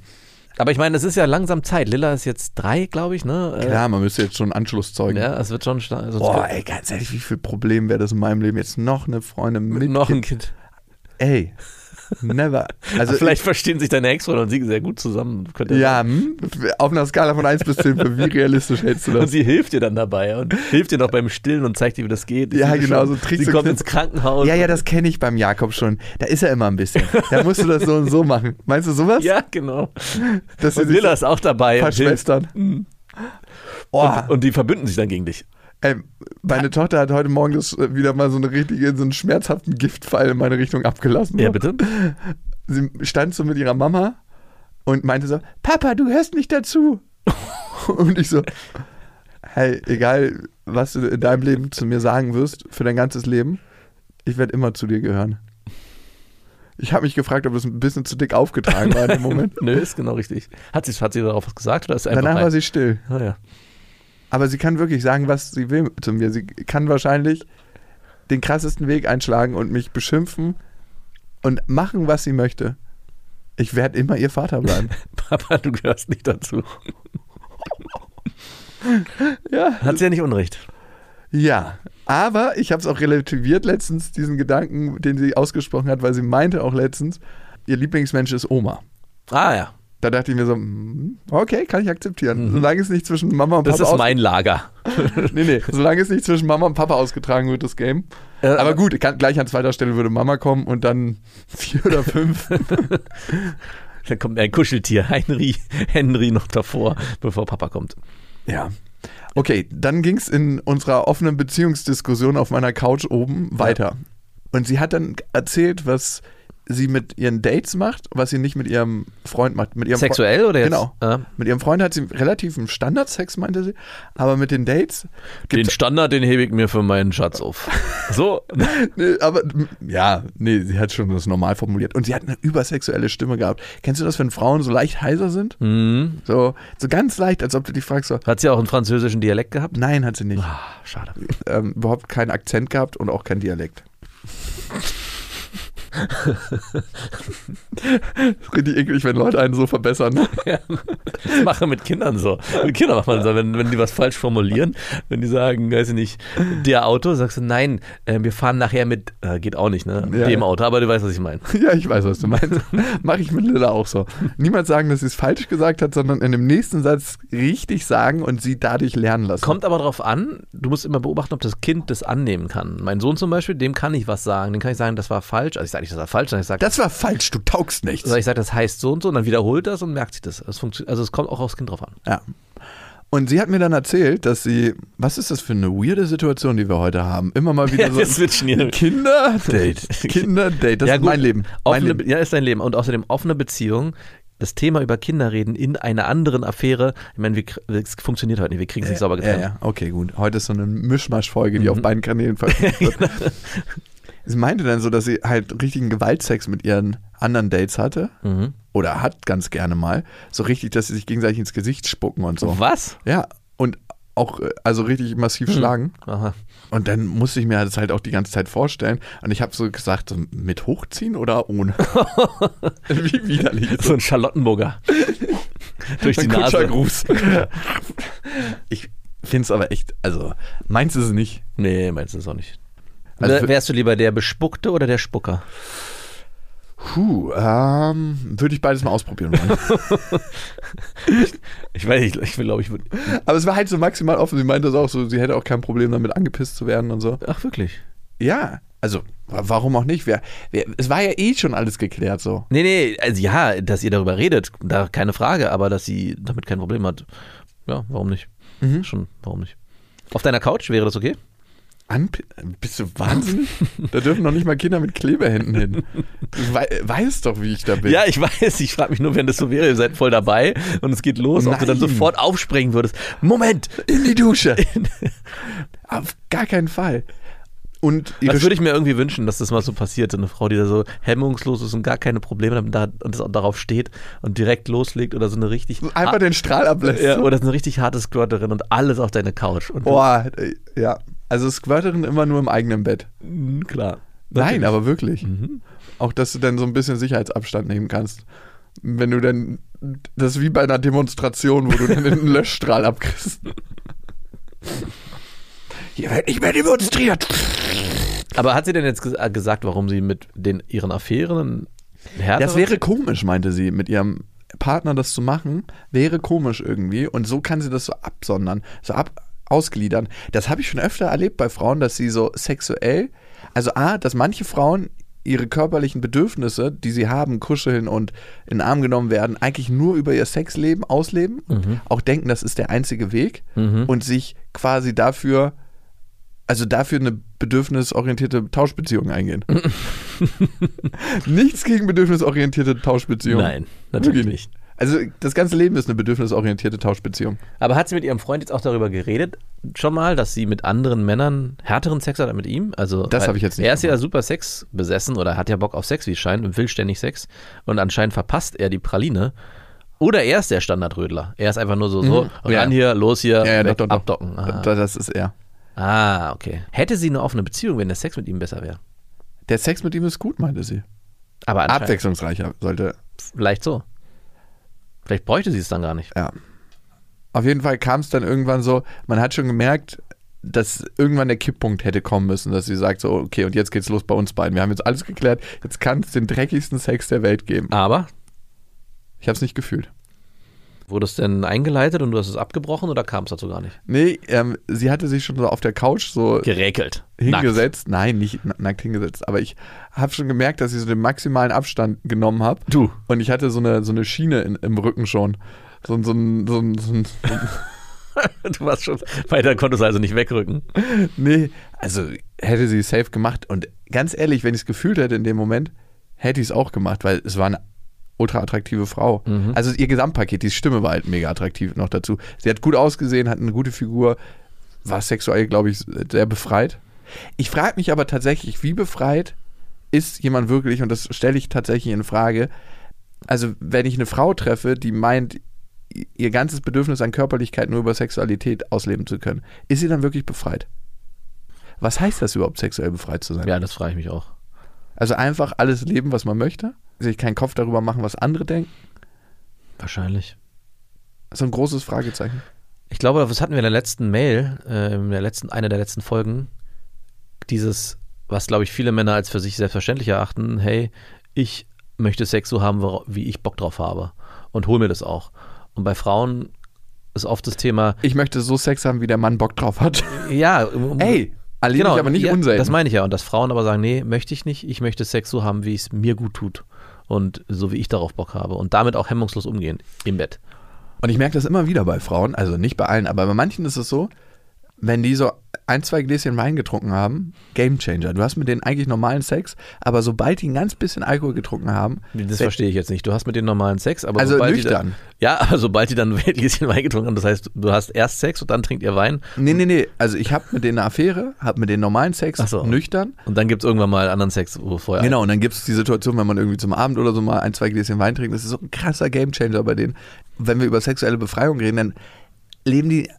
Aber ich meine, es ist ja langsam Zeit. Lilla ist jetzt drei, glaube ich, ne? Äh,
Klar, man müsste jetzt schon Anschluss zeugen.
Ja, es wird schon stark. sonst
Boah,
wird-
ey, ganz ehrlich, wie viel Problem wäre das in meinem Leben? Jetzt noch eine Freundin mit.
noch
Kind.
ein Kind.
Ey, <laughs> never. Also
Also Vielleicht verstehen sich deine Ex-Freunde und sie sehr gut zusammen. Könnte
Ja,
sein.
hm? auf einer Skala von 1 bis 10, für wie realistisch hältst du
Und
das?
sie hilft dir dann dabei und hilft dir noch beim Stillen und zeigt dir, wie das geht. Ich
Ja,
sehe
genau,
schon,
so Tricks
Sie
und
kommt
Kniffe.
ins Krankenhaus.
Ja, ja, das kenne ich beim Jakob schon. Da ist er immer ein bisschen. Da musst du das so und so machen. Meinst du sowas?
Ja, genau.
Dass sie
Und
sich
Lilla ist auch dabei. Und, hilft.
verschwestern. Oh,
und, und die verbünden sich dann gegen dich.
ey, meine Tochter hat heute Morgen das äh, wieder mal so eine richtige, so einen schmerzhaften Giftpfeil in meine Richtung abgelassen.
Ja, bitte.
Sie stand so mit ihrer Mama und meinte so, Papa, du hörst nicht dazu. <laughs> und ich so, hey, egal, was du in deinem Leben zu mir sagen wirst, für dein ganzes Leben, ich werde immer zu dir gehören. Ich habe mich gefragt, ob das ein bisschen zu dick aufgetragen war in dem <laughs> Moment.
Nö, ist genau richtig. Hat sie, hat sie darauf was gesagt oder ist sie <laughs> einfach
Danach
rein?
war sie still.
Ah, ja.
Aber sie kann wirklich sagen, was sie will zu mir. Sie kann wahrscheinlich den krassesten Weg einschlagen und mich beschimpfen und machen, was sie möchte. Ich werde immer ihr Vater bleiben.
<laughs> Papa, du gehörst nicht dazu.
ja.
Hat sie ja nicht Unrecht.
Ja, aber ich habe es auch relativiert letztens, diesen Gedanken, den sie ausgesprochen hat, weil sie meinte auch letztens, ihr Lieblingsmensch ist Oma.
Ah ja,
Da dachte ich mir so, hm, okay, kann ich akzeptieren. Solange es nicht zwischen Mama und Papa
Mhm. das ist mein Lager.
aus- nee, nee, solange es nicht zwischen Mama und Papa ausgetragen wird, das Game.
Äh,
aber gut, kann, gleich an zweiter Stelle würde Mama kommen und dann <laughs> vier oder fünf.
Dann kommt ein Kuscheltier, Henry, Henry noch davor, bevor Papa kommt.
ja. Okay, dann ging es in unserer offenen Beziehungsdiskussion auf meiner Couch oben weiter. Und sie hat dann erzählt, was sie mit ihren Dates macht, was sie nicht mit ihrem Freund macht. Mit ihrem Fre-
Sexuell oder jetzt?
Genau.
Ah.
Mit ihrem Freund hat sie relativ einen Standardsex, meinte sie. Aber mit den Dates
Den
gibt's,
Standard, den hebe ich mir für meinen Schatz auf. <laughs> So,
nee, halt aber m- ja, nee, sie hat schon das normal formuliert. Und sie hat eine übersexuelle Stimme gehabt. Kennst du das, wenn Frauen so leicht heiser sind?
Hm.
So, so ganz leicht, als ob du dich fragst, so,
Mhm. hat sie auch einen französischen Dialekt gehabt?
nein, hat sie nicht.
Ah, schade.
Ähm, überhaupt keinen Akzent gehabt und auch keinen <laughs> Dialekt. Das ist richtig eklig, wenn Leute einen so verbessern. <laughs>
Das mache mit Kindern so. Mit Kindern macht man so, wenn, wenn die was falsch formulieren, wenn die sagen, weiß ich nicht, der Auto, sagst du, nein, äh, wir fahren nachher mit, äh, geht auch nicht, ne?
Ja.
Dem Auto, aber du weißt, was ich meine.
Ja, ich weiß, was du <laughs> meinst. Mache ich mit Lilla auch so. Niemals sagen, dass sie es falsch gesagt hat, sondern in dem nächsten Satz richtig sagen und sie dadurch lernen lassen.
Kommt aber darauf an, du musst immer beobachten, ob das Kind das annehmen kann. Mein Sohn zum Beispiel, dem kann ich was sagen. Dem kann ich sagen, das war falsch. Also ich sage nicht, das war falsch, sondern ich sage,
Das war falsch, du taugst nichts.
also ich sage, das heißt so und so und dann wiederholt das und merkt sich das. das funktioniert, also es kommt auch aufs Kind drauf an.
Ja. Und sie hat mir dann erzählt, dass sie, was ist das für eine weirde Situation, die wir heute haben? Immer mal wieder
Ja,
so
wir switchen hier.
Kinderdate, Kinderdate, das ist mein Leben. Mein
Offene,
Leben.
Ja, ist dein Leben. Und außerdem offene Beziehung, das Thema über Kinder reden in einer anderen Affäre. Ich meine, wir, kr- es funktioniert heute nicht. Wir kriegen es nicht sauber
Ja,
getrennt.
ja, okay, gut. Heute ist so eine Mischmasch-Folge, die auf beiden Kanälen veröffentlicht wird. Sie meinte dann so, dass sie halt richtigen Gewaltsex mit ihren anderen Dates hatte. Oder hat ganz gerne mal. So richtig, dass sie sich gegenseitig ins Gesicht spucken und so.
Was?
Ja, und auch, äh, also richtig massiv schlagen.
Aha.
Und dann musste ich mir das halt auch die ganze Zeit vorstellen. Und ich habe so gesagt, so mit hochziehen oder <laughs> ohne? Wie widerlich.
So
<laughs>
ein Charlottenburger. Durch die
Ein
Nase.
Kutschergruß. <laughs> ich finde es aber echt, also meins ist es nicht.
Nee, meinst du es auch nicht.
Also
Wär-
für-
Wärst du lieber der Bespuckte oder der Spucker?
Puh, ähm, würde ich beides mal ausprobieren wollen. <laughs>
Ich weiß nicht, ich glaube, ich würde.
Aber es war halt so maximal offen. Sie meinte das auch so, sie hätte auch kein Problem damit, angepisst zu werden und so.
Ach, wirklich?
Ja, also wa- warum auch nicht? Wer, wer, es war ja eh schon alles geklärt so.
Nee, nee, also ja, dass ihr darüber redet, da keine Frage, aber dass sie damit kein Problem hat. Ja, warum nicht? Schon, warum nicht? Auf deiner Couch wäre das okay?
Anp Bist du wahnsinnig? da dürfen noch nicht mal Kinder mit Klebehänden hin. Du wei weißt doch, wie ich da bin.
Ja, ich weiß. Ich frage mich nur, wenn das so wäre, ihr seid voll dabei und es geht los, ob du dann
Nein.
sofort aufspringen würdest. Moment! <laughs>
In die Dusche. Auf gar keinen Fall. Und ihre
Das würde ich mir irgendwie wünschen, dass das mal so passiert. So eine Frau, die da so hemmungslos ist und gar keine Probleme damit hat und das auch darauf steht und direkt loslegt oder so eine richtig.
einfach den Strahl ablässt.
ja, oder so eine richtig harte Squirterin und alles auf deine Couch. Und
Boah, äh, ja. Also Squirterin immer nur im eigenen Bett. Mhm.
Mhm, klar.
Nein, aber wirklich. Auch, dass du dann so ein bisschen Sicherheitsabstand nehmen kannst. Wenn du dann, das ist wie bei einer Demonstration, wo du dann <laughs> einen Löschstrahl <laughs> abkriegst. Hier wird nicht mehr demonstriert.
Aber hat sie denn jetzt ges äh, gesagt, warum sie mit den ihren Affären härter
Das wäre komisch, meinte sie, mit ihrem Partner das zu machen, wäre komisch irgendwie. Und so kann sie das so absondern, so ab ausgliedern. Das habe ich schon öfter erlebt bei Frauen, dass sie so sexuell, also A, dass manche Frauen ihre körperlichen Bedürfnisse, die sie haben, kuscheln und in den Arm genommen werden, eigentlich nur über ihr Sexleben ausleben und auch denken, das ist der einzige Weg und sich quasi dafür, also dafür eine bedürfnisorientierte Tauschbeziehung
<laughs>
eingehen. Nichts gegen bedürfnisorientierte Tauschbeziehungen.
Nein, natürlich
Wirklich
nicht.
Also das ganze Leben ist eine bedürfnisorientierte Tauschbeziehung.
Aber hat sie mit ihrem Freund jetzt auch darüber geredet, schon mal, dass sie mit anderen Männern härteren Sex hat als mit ihm? Also,
Das
weil
habe ich jetzt nicht
Er ist ja
gemacht.
super Sex besessen oder hat ja Bock auf Sex, wie es scheint, und will ständig Sex. Und anscheinend verpasst er die Praline. Oder er ist der Standardrödler. Er ist einfach nur so, so, ran
Mhm. Ja.
hier, los hier,
Ja, ja,
weg,
doch, doch, doch.
abdocken. Ah.
Da- Das ist er.
ah, okay. Hätte sie eine offene Beziehung, wenn der Sex mit ihm besser wäre.
Der Sex mit ihm ist gut, meinte sie.
Aber anscheinend
Abwechslungsreicher sollte.
vielleicht so. Vielleicht bräuchte sie es dann gar nicht.
Ja. Auf jeden Fall kam es dann irgendwann so, man hat schon gemerkt, dass irgendwann der Kipppunkt hätte kommen müssen, dass sie sagt so, okay, und jetzt geht's los bei uns beiden. Wir haben jetzt alles geklärt, jetzt kann es den dreckigsten Sex der Welt geben.
Aber
Ich habe es nicht gefühlt.
wurde es denn eingeleitet und du hast es abgebrochen oder kam es dazu gar nicht?
Nee, ähm, sie hatte sich schon so auf der Couch so
Geräkelt. Nackt.
hingesetzt. Nein, nicht na- nackt hingesetzt. Aber ich habe schon gemerkt, dass ich so den maximalen Abstand genommen habe.
Du.
Und ich hatte so eine, so eine Schiene in, im Rücken schon. So, ein- so, ein, so, ein- so ein.
Du warst schon weiter, konntest also nicht wegrücken.
Nee, also hätte sie safe gemacht. Und ganz ehrlich, wenn ich es gefühlt hätte in dem Moment, hätte ich es auch gemacht, weil es war eine ultra attraktive Frau. Also ihr Gesamtpaket, die Stimme war halt mega attraktiv noch dazu. Sie hat gut ausgesehen, hat eine gute Figur, war sexuell, glaube ich, sehr befreit. Ich frage mich aber tatsächlich, wie befreit ist jemand wirklich, und das stelle ich tatsächlich in Frage, also wenn ich eine Frau treffe, die meint, ihr ganzes Bedürfnis an Körperlichkeit nur über Sexualität ausleben zu können, ist sie dann wirklich befreit? Was heißt das überhaupt, sexuell befreit zu sein?
Ja, das frage ich mich auch.
Also einfach alles leben, was man möchte, sich keinen Kopf darüber machen, was andere denken.
Wahrscheinlich.
So ein großes Fragezeichen.
Ich glaube, das hatten wir in der letzten Mail, äh, in der letzten, einer der letzten Folgen, dieses, was glaube ich viele Männer als für sich selbstverständlich erachten, hey, ich möchte Sex so haben, wora- wie ich Bock drauf habe und hol mir das auch. Und bei Frauen ist oft das Thema,
Ich möchte so Sex haben, wie der Mann Bock drauf
<laughs>
hat.
ja, um, um-
Ey, erlebe ich aber nicht
ja,
unselten.
Das meine ich ja. Und dass Frauen aber sagen, nee, möchte ich nicht. Ich möchte Sex so haben, wie es mir gut tut. Und so wie ich darauf Bock habe. Und damit auch hemmungslos umgehen im Bett.
Und ich merke das immer wieder bei Frauen, also nicht bei allen, aber bei manchen ist es so, wenn die so ein, zwei Gläschen Wein getrunken haben, Gamechanger. Du hast mit denen eigentlich normalen Sex, aber sobald die ein ganz bisschen Alkohol getrunken haben,
Das verstehe ich jetzt nicht. Du hast mit denen normalen Sex, aber
Also
sobald Die
nüchtern.
dann, ja, <laughs> aber sobald die dann ein Gläschen Wein getrunken haben, das heißt, du hast erst Sex und dann trinkt ihr Wein
Nee, nee, nee. Also ich habe mit denen eine Affäre, habe mit denen normalen Sex,
Ach so.
nüchtern.
und dann gibt es irgendwann mal anderen Sex, wo vorher.
Genau, und dann gibt es die Situation, wenn man irgendwie zum Abend oder so mal ein, zwei Gläschen Wein trinkt, das ist so ein krasser Gamechanger bei denen. Wenn wir über sexuelle Befreiung reden, dann leben die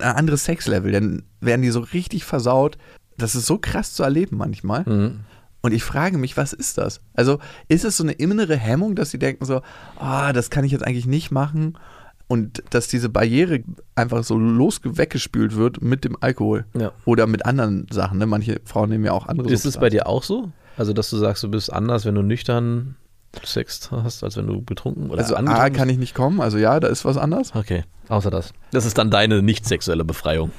ein anderes Sexlevel, dann werden die so richtig versaut. Das ist so krass zu erleben manchmal.
Mhm.
Und ich frage mich, was ist das? Also ist es so eine innere Hemmung, dass sie denken so, ah, das kann ich jetzt eigentlich nicht machen und dass diese Barriere einfach so losweggespült wird mit dem Alkohol
Ja.
oder mit anderen Sachen. Ne? Manche Frauen nehmen ja auch andere
Ist es
Substanzen.
bei dir auch so? Also, dass du sagst, du bist anders, wenn du nüchtern Sex hast, als wenn du betrunken oder
Also A
angetrunken
kann ich nicht kommen, also ja, da ist was anders.
bist? Okay, außer das. Das ist dann deine nicht sexuelle Befreiung.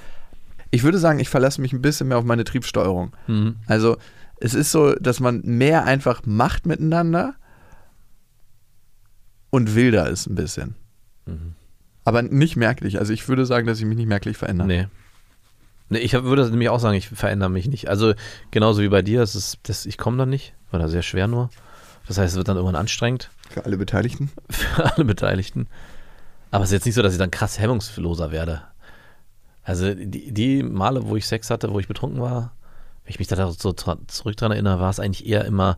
Ich würde sagen, ich verlasse mich ein bisschen mehr auf meine Triebsteuerung.
Mhm.
Also es ist so, dass man mehr einfach macht miteinander und wilder ist ein bisschen.
Mhm.
Aber nicht merklich. Also ich würde sagen, dass ich mich nicht merklich verändere.
Nee. ne? Nee, ich hab, würde nämlich auch sagen, ich verändere mich nicht. Also genauso wie bei dir, es ist, das, ich komme da nicht, war da sehr schwer nur. Das heißt, es wird dann irgendwann anstrengend
Für alle Beteiligten.
für <laughs> alle Beteiligten. Aber es ist jetzt nicht so, dass ich dann krass hemmungsloser werde. Also die, die Male, wo ich Sex hatte, wo ich betrunken war, wenn ich mich da so tra- zurück dran erinnere, war es eigentlich eher immer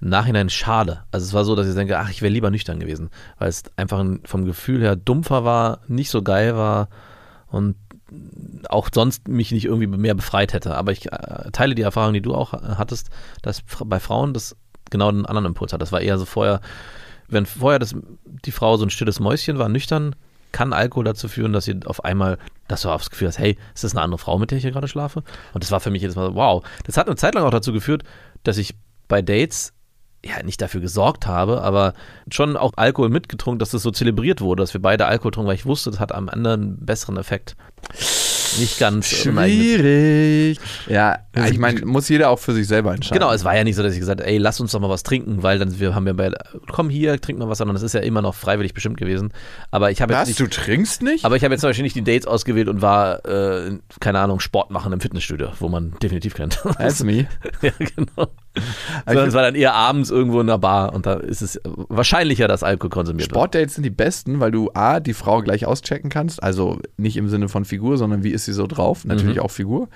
im Nachhinein schade. Also es war so, dass ich denke, ach, ich wäre lieber nüchtern gewesen, weil es einfach ein- vom Gefühl her dumpfer war, nicht so geil war und auch sonst mich nicht irgendwie mehr befreit hätte. Aber ich äh, teile die Erfahrung, die du auch äh, hattest, dass fr- bei Frauen das genau einen anderen Impuls hat. Das war eher so vorher, wenn vorher das, die Frau so ein stilles Mäuschen war, nüchtern, kann Alkohol dazu führen, dass sie auf einmal, dass du aufs Gefühl hast, hey, ist das eine andere Frau, mit der ich hier gerade schlafe? Und das war für mich jedes Mal so, wow. Das hat eine Zeit lang auch dazu geführt, dass ich bei Dates ja nicht dafür gesorgt habe, aber schon auch Alkohol mitgetrunken, dass das so zelebriert wurde, dass wir beide Alkohol trinken, weil ich wusste, das hat am anderen einen besseren Effekt. Nicht ganz uneigennützig.
Schwierig. Ja, ich meine, muss jeder auch für sich selber entscheiden.
Genau, es war ja nicht so, dass ich gesagt habe, ey, lass uns doch mal was trinken, weil dann wir haben ja bei, komm hier, trink mal was, sondern das ist ja immer noch freiwillig bestimmt gewesen. Aber ich habe jetzt
Was,
nicht,
du trinkst nicht?
aber ich habe jetzt zum Beispiel nicht die Dates ausgewählt und war, äh, keine Ahnung, Sport machen im Fitnessstudio, wo man definitiv kennt. <laughs>
That's me.
ja, genau.
Also
Sondern es war dann eher abends irgendwo in einer Bar und da ist es wahrscheinlicher, dass Alkohol konsumiert
Sportdates sind die besten, weil du A, die Frau gleich auschecken kannst, also nicht im Sinne von Figur, sondern wie ist sie so drauf,
Mhm.
natürlich auch Figur.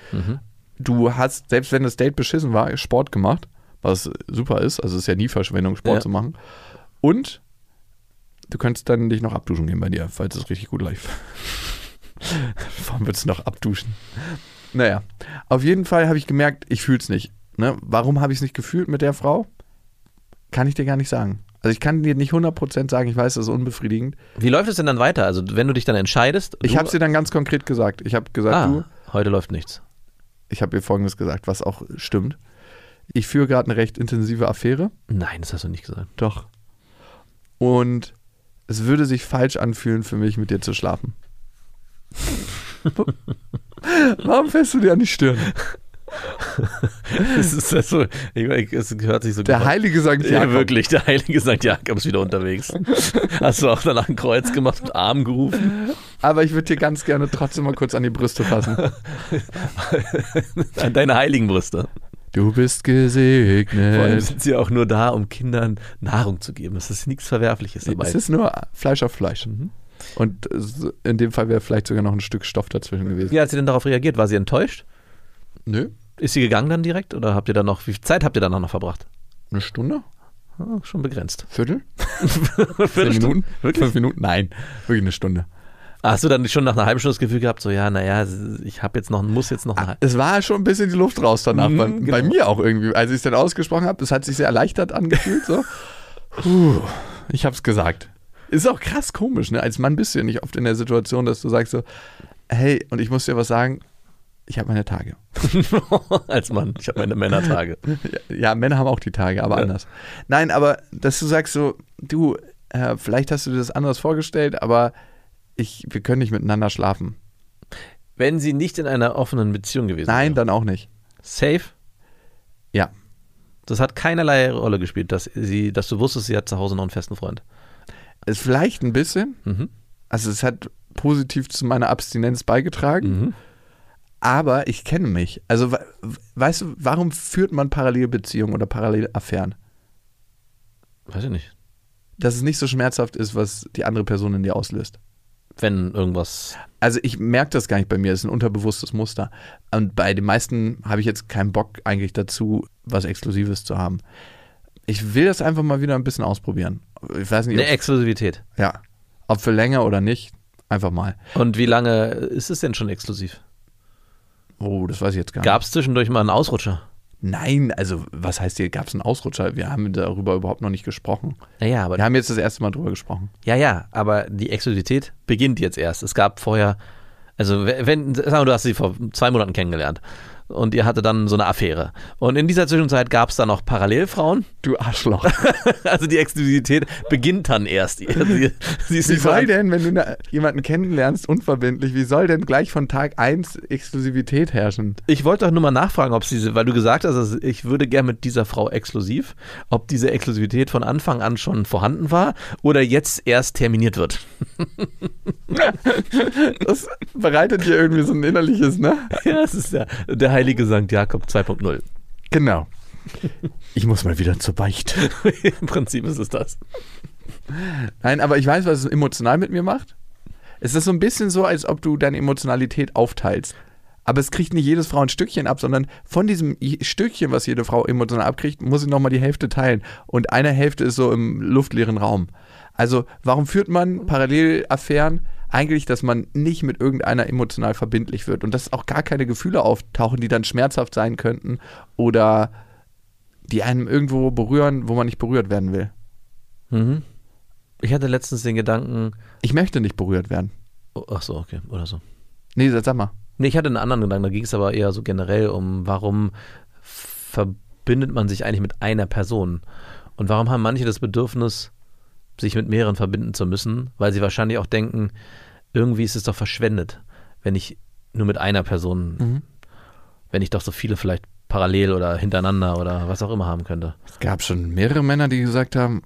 Du hast, selbst wenn das Date beschissen war, Sport gemacht, was super ist, also es ist ja nie Verschwendung, Sport
Ja.
zu machen. Und du könntest dann dich noch abduschen gehen bei dir, falls es richtig gut läuft. <laughs> Warum würdest du noch abduschen? Naja, auf jeden Fall habe ich gemerkt, ich fühle es nicht. Ne? Warum habe ich es nicht gefühlt mit der Frau? Kann ich dir gar nicht sagen. Also ich kann dir nicht 100% sagen, ich weiß, das ist unbefriedigend.
wird. Wie läuft es denn dann weiter? Also wenn du dich dann entscheidest,
Ich
du-
habe es dir dann ganz konkret gesagt. Ich habe gesagt,
ah,
du,
heute läuft nichts.
ich habe ihr Folgendes gesagt, was auch stimmt. Ich führe gerade eine recht intensive Affäre.
Nein, das hast du nicht gesagt.
Doch. Und es würde sich falsch anfühlen für mich, mit dir zu
<laughs>
schlafen. Warum fährst du dir an die Stirn?
<laughs> Das ist das so, ich, ich, es hört sich so
Der
gut an.
heilige Sankt
Ja,
Jakob.
wirklich, der heilige St. Jakob ist wieder unterwegs. Hast du auch danach ein Kreuz gemacht und Arm gerufen?
Aber ich würde dir ganz
<laughs>
gerne trotzdem mal kurz an die Brüste fassen.
An deine heiligen Brüste.
Du bist
Vor allem
gesegnet.
sind sie auch nur da, um Kindern Nahrung zu geben. Es ist nichts Verwerfliches dabei. Mhm.
Es ist nur Fleisch auf Fleisch. Und es- in dem Fall wäre vielleicht sogar noch ein Stück Stoff dazwischen gewesen.
Wie hat sie denn darauf reagiert? War sie enttäuscht?
Nö,
Ist sie gegangen dann direkt oder habt ihr dann noch, wie viel Zeit habt ihr dann noch verbracht?
eine Stunde?
Ah, schon <laughs> begrenzt.
Viertel? Zehn
Viertelstunde.
Minuten? Fünf Minuten? Nein, wirklich eine Stunde.
Hast du dann schon nach einer halben Stunde das Gefühl gehabt, so ja, naja, ich habe jetzt noch, muss jetzt noch eine halbe
Es war schon ein bisschen die Luft raus danach,
Mhm,
bei,
genau.
bei mir auch irgendwie. Als ich es dann ausgesprochen habe, es hat sich sehr erleichtert angefühlt. So. Puh, ich habe es gesagt. Ist auch krass komisch, ne? Als Mann bist du ja nicht oft in der Situation, dass du sagst so, hey, und ich muss dir was sagen, ich habe meine Tage.
<laughs> als Mann. Ich habe meine Männertage.
Ja, ja, Männer haben auch die Tage, aber
Ja.
anders. Nein, aber dass du sagst so, du, äh, vielleicht hast du dir das anders vorgestellt, aber ich, wir können nicht miteinander schlafen.
Wenn sie nicht in einer offenen Beziehung gewesen
Nein,
wäre.
dann auch nicht.
Safe.
Ja.
Das hat keinerlei Rolle gespielt, dass sie, dass du wusstest, sie hat zu Hause noch einen festen Freund.
Es vielleicht ein bisschen.
Mhm.
Also es hat positiv zu meiner Abstinenz beigetragen,
Mhm.
aber ich kenne mich. Also we- weißt du, warum führt man Parallelbeziehungen oder Parallelaffären?
Weiß ich nicht.
Dass es nicht so schmerzhaft ist, was die andere Person in dir auslöst.
Wenn irgendwas.
Also ich merke das gar nicht bei mir, das ist ein unterbewusstes Muster. Und bei den meisten habe ich jetzt keinen Bock eigentlich dazu, was Exklusives zu haben. Ich will das einfach mal wieder ein bisschen ausprobieren. Ich weiß nicht,
Eine
ob,
Exklusivität.
ja, ob für länger oder nicht, einfach mal.
Und wie lange ist es denn schon exklusiv?
Oh, das weiß ich jetzt gar nicht.
Gab es zwischendurch mal einen Ausrutscher?
Nein, also was heißt hier, gab es einen Ausrutscher? Wir haben darüber überhaupt noch nicht gesprochen.
Naja, aber
Wir haben jetzt das erste Mal drüber gesprochen.
Ja, ja, aber die Exklusivität beginnt jetzt erst. Es gab vorher, also we- wenn, sagen wir, du hast sie vor zwei Monaten kennengelernt und ihr hatte dann so eine Affäre. Und in dieser Zwischenzeit gab es dann noch Parallelfrauen.
Du Arschloch.
<laughs> Also die Exklusivität beginnt dann erst. Sie, <laughs> sie
Wie
ist nicht so
soll
an-
denn, wenn du na- jemanden kennenlernst, unverbindlich, wie soll denn gleich von Tag 1 Exklusivität herrschen?
Ich wollte doch nur mal nachfragen, ob diese, weil du gesagt hast, also ich würde gern mit dieser Frau exklusiv, ob diese Exklusivität von Anfang an schon vorhanden war oder jetzt erst terminiert wird.
Das bereitet dir irgendwie so ein innerliches, ne?
<laughs> Ja, das ist der, der heilige Sankt Jakob 2.0.
Genau. Ich muss mal wieder zur Beichte.
<laughs> Im Prinzip ist es das.
Nein, aber ich weiß, was es emotional mit mir macht. Es ist so ein bisschen so, als ob du deine Emotionalität aufteilst. Aber es kriegt nicht jedes Frau ein Stückchen ab, sondern von diesem i- Stückchen, was jede Frau emotional abkriegt, muss sie nochmal die Hälfte teilen. Und eine Hälfte ist so im luftleeren Raum. Also, warum führt man Parallelaffären? Eigentlich, dass man nicht mit irgendeiner emotional verbindlich wird und dass auch gar keine Gefühle auftauchen, die dann schmerzhaft sein könnten oder die einem irgendwo berühren, wo man nicht berührt werden will.
Mhm. Ich hatte letztens den Gedanken,
Ich möchte nicht berührt werden.
oh, ach so, okay, oder so.
Nee, sag mal.
Nee, ich hatte einen anderen Gedanken, da ging es aber eher so generell um, warum verbindet man sich eigentlich mit einer Person? Und warum haben manche das Bedürfnis, sich mit mehreren verbinden zu müssen? Weil sie wahrscheinlich auch denken, irgendwie ist es doch verschwendet, wenn ich nur mit einer Person, wenn ich doch so viele vielleicht parallel oder hintereinander oder was auch immer haben könnte.
Es gab schon mehrere Männer, die gesagt haben,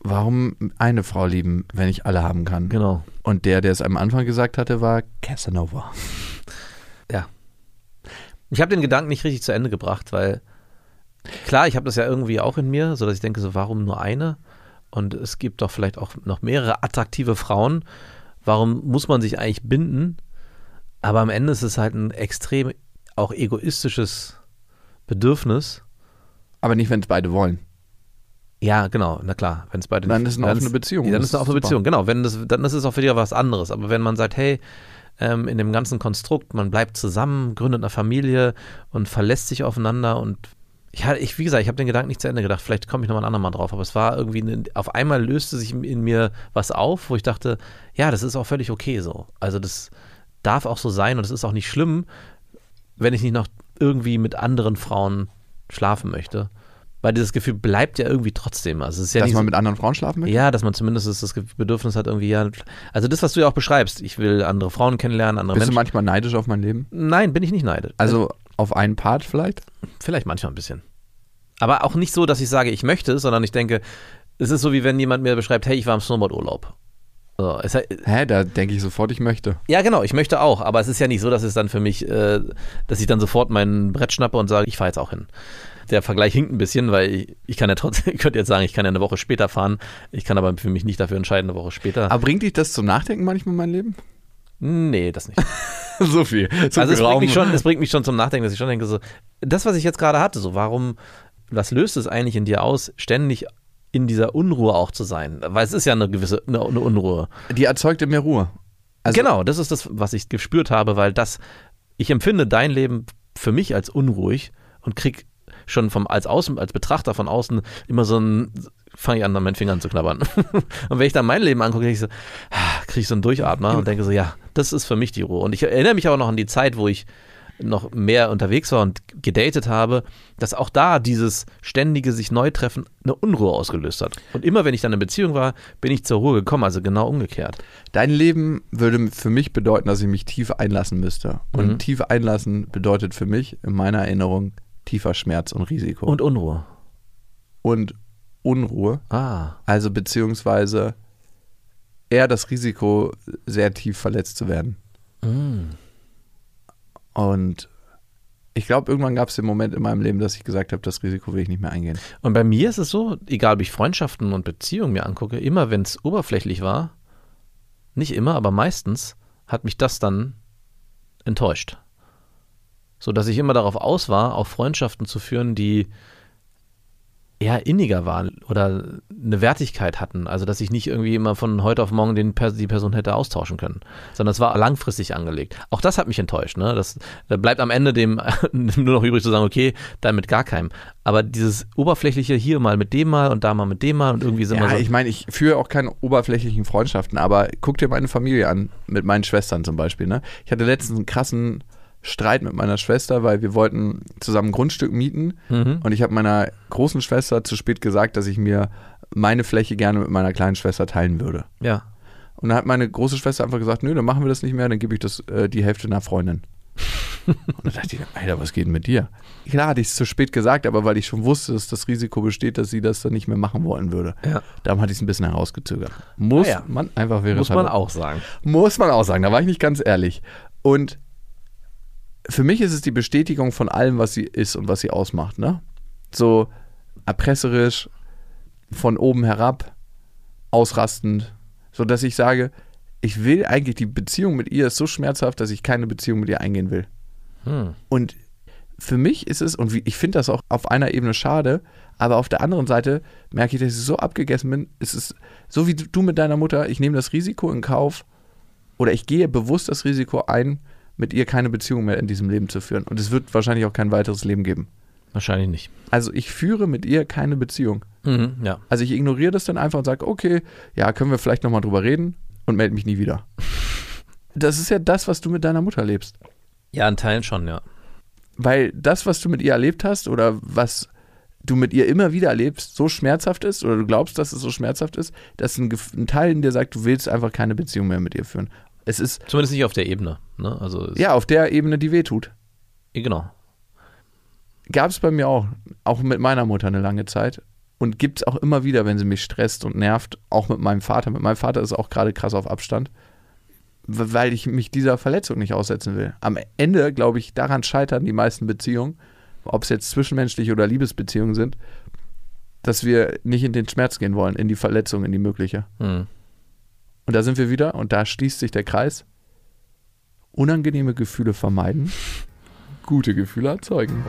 warum eine Frau lieben, wenn ich alle haben kann.
Genau.
Und der, der es am Anfang gesagt hatte, war Casanova.
Ja. Ich habe den Gedanken nicht richtig zu Ende gebracht, weil klar, ich habe das ja irgendwie auch in mir, sodass ich denke, so warum nur eine? Und es gibt doch vielleicht auch noch mehrere attraktive Frauen. Warum muss man sich eigentlich binden? Aber am Ende ist es halt ein extrem auch egoistisches Bedürfnis.
Aber nicht, wenn es beide wollen.
Ja, genau, na klar, wenn es beide
Dann ist eine
wenn's-
offene Beziehung.
Dann
Das
ist eine
ist
offene
super.
Beziehung, genau. Wenn das, dann ist es auch wieder was anderes. Aber wenn man sagt, hey, ähm, in dem ganzen Konstrukt, man bleibt zusammen, gründet eine Familie und verlässt sich aufeinander und ich, hatte- ich wie gesagt, ich habe den Gedanken nicht zu Ende gedacht. Vielleicht komme ich nochmal ein andermal drauf. Aber es war irgendwie, eine, auf einmal löste sich in mir was auf, wo ich dachte, ja, das ist auch völlig okay so. Also das darf auch so sein und es ist auch nicht schlimm, wenn ich nicht noch irgendwie mit anderen Frauen schlafen möchte. Weil dieses Gefühl bleibt ja irgendwie trotzdem. Also es ist ja
Dass
nicht so-
man mit anderen Frauen schlafen möchte?
ja, dass man zumindest das Ge- Bedürfnis hat, irgendwie, ja. Also das, was du ja auch beschreibst, ich will andere Frauen kennenlernen, andere
Bist du
Menschen.
manchmal neidisch auf mein Leben?
Nein, bin ich nicht neidisch. Äh,
Also auf einen Part vielleicht?
Vielleicht manchmal ein bisschen. Aber auch nicht so, dass ich sage, ich möchte es, sondern ich denke, es ist so, wie wenn jemand mir beschreibt, hey, ich war im Snowboardurlaub. So, es, he-
Hä, da denke ich sofort, ich möchte.
ja, genau, ich möchte auch, aber es ist ja nicht so, dass es dann für mich, äh, dass ich dann sofort mein Brett schnappe und sage, ich fahre jetzt auch hin. Der Vergleich hinkt ein bisschen, weil ich, ich kann ja trotzdem, <laughs> ich könnte jetzt sagen, ich kann ja eine Woche später fahren, ich kann aber für mich nicht dafür entscheiden, eine Woche später.
Aber bringt dich das zum Nachdenken manchmal in mein Leben?
nee, das nicht.
<laughs> so viel. So
also es
Raum.
bringt, mich schon, es bringt mich schon zum Nachdenken, dass ich schon denke, so, das, was ich jetzt gerade hatte, so, warum, was löst es eigentlich in dir aus, ständig in dieser Unruhe auch zu sein? Weil es ist ja eine gewisse eine, eine Unruhe.
Die erzeugt in mir Ruhe. Also-
genau, das ist das, was ich gespürt habe, weil das, ich empfinde dein Leben für mich als unruhig und krieg schon vom als außen als Betrachter von außen immer so ein fange ich an an meinen Fingern zu knabbern <laughs> und wenn ich dann mein Leben angucke kriege ich so ah, krieg ich so einen Durchatmer und denke so ja das ist für mich die Ruhe und ich erinnere mich aber noch an die Zeit wo ich noch mehr unterwegs war und gedatet habe, dass auch da dieses ständige sich neu treffen eine Unruhe ausgelöst hat. Und immer wenn ich dann in Beziehung war, bin ich zur Ruhe gekommen, also genau umgekehrt.
Dein Leben würde für mich bedeuten, dass ich mich tief einlassen müsste. Und tief einlassen bedeutet für mich in meiner Erinnerung tiefer Schmerz und Risiko.
Und Unruhe.
und Unruhe.
Ah.
Also beziehungsweise eher das Risiko, sehr tief verletzt zu werden. Und ich glaube, irgendwann gab es den Moment in meinem Leben, dass ich gesagt habe, das Risiko will ich nicht mehr eingehen.
Und bei mir ist es so, egal ob ich Freundschaften und Beziehungen mir angucke, immer wenn es oberflächlich war, nicht immer, aber meistens, hat mich das dann enttäuscht. So dass ich immer darauf aus war, auch Freundschaften zu führen, die eher inniger waren oder eine Wertigkeit hatten. Also dass ich nicht irgendwie immer von heute auf morgen den, Per- die Person hätte austauschen können, sondern es war langfristig angelegt. Auch das hat mich enttäuscht. Ne? Das, da bleibt am Ende dem <laughs> nur noch übrig zu sagen, okay, dann mit gar keinem. Aber dieses oberflächliche hier mal mit dem mal und da mal mit dem mal und irgendwie sind wir
Ja,
so.
ich meine, ich führe auch keine oberflächlichen Freundschaften, aber guck dir meine Familie an, mit meinen Schwestern zum Beispiel. Ne? Ich hatte letztens einen krassen Streit mit meiner Schwester, weil wir wollten zusammen ein Grundstück mieten und ich habe meiner großen Schwester zu spät gesagt, dass ich mir meine Fläche gerne mit meiner kleinen Schwester teilen würde.
ja.
Und dann hat meine große Schwester einfach gesagt, nö, dann machen wir das nicht mehr, dann gebe ich das, äh, die Hälfte einer
<laughs>
Freundin. Und dann dachte ich, Alter, was geht denn mit dir? Klar hatte ich es zu spät gesagt, aber weil ich schon wusste, dass das Risiko besteht, dass sie das dann nicht mehr machen wollen würde.
Ja.
Darum hatte ich es ein bisschen herausgezögert. Muss
Ah ja.
man einfach wäre
Muss
es
man
halt-
auch sagen.
Muss man auch sagen, da war ich nicht ganz ehrlich. Und für mich ist es die Bestätigung von allem, was sie ist und was sie ausmacht. Ne? So erpresserisch, von oben herab, ausrastend, sodass ich sage, ich will eigentlich, die Beziehung mit ihr ist so schmerzhaft, dass ich keine Beziehung mit ihr eingehen will. Und für mich ist es, und wie- ich finde das auch auf einer Ebene schade, aber auf der anderen Seite merke ich, dass ich so abgegessen bin. Es ist so wie du mit deiner Mutter, ich nehme das Risiko in Kauf oder ich gehe bewusst das Risiko ein, mit ihr keine Beziehung mehr in diesem Leben zu führen. Und es wird wahrscheinlich auch kein weiteres Leben geben.
Wahrscheinlich nicht.
Also ich führe mit ihr keine Beziehung.
Mhm, ja.
Also ich ignoriere das dann einfach und sage, okay, ja, können wir vielleicht nochmal drüber reden und melde mich nie wieder. Das ist ja das, was du mit deiner Mutter lebst.
Ja, in Teilen schon, ja.
Weil das, was du mit ihr erlebt hast oder was du mit ihr immer wieder erlebst, so schmerzhaft ist oder du glaubst, dass es so schmerzhaft ist, dass ein, Gef- ein Teil in dir sagt, du willst einfach keine Beziehung mehr mit ihr führen. Es ist,
Zumindest nicht auf der Ebene. Ne? Also es-
ja, auf der Ebene, die wehtut.
genau.
gab es bei mir auch, auch mit meiner Mutter eine lange Zeit und gibt es auch immer wieder, wenn sie mich stresst und nervt, auch mit meinem Vater. Mit meinem Vater ist auch gerade krass auf Abstand, w- weil ich mich dieser Verletzung nicht aussetzen will. Am Ende, glaube ich, daran scheitern die meisten Beziehungen, ob es jetzt zwischenmenschliche oder Liebesbeziehungen sind, dass wir nicht in den Schmerz gehen wollen, in die Verletzung, in die mögliche.
Hm.
Und da sind wir wieder und da schließt sich der Kreis. Unangenehme Gefühle vermeiden, gute Gefühle erzeugen.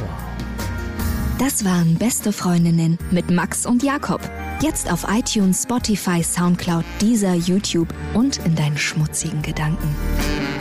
Das waren Beste Freundinnen mit Max und Jakob. Jetzt auf iTunes, Spotify, Soundcloud, Deezer, YouTube und in deinen schmutzigen Gedanken.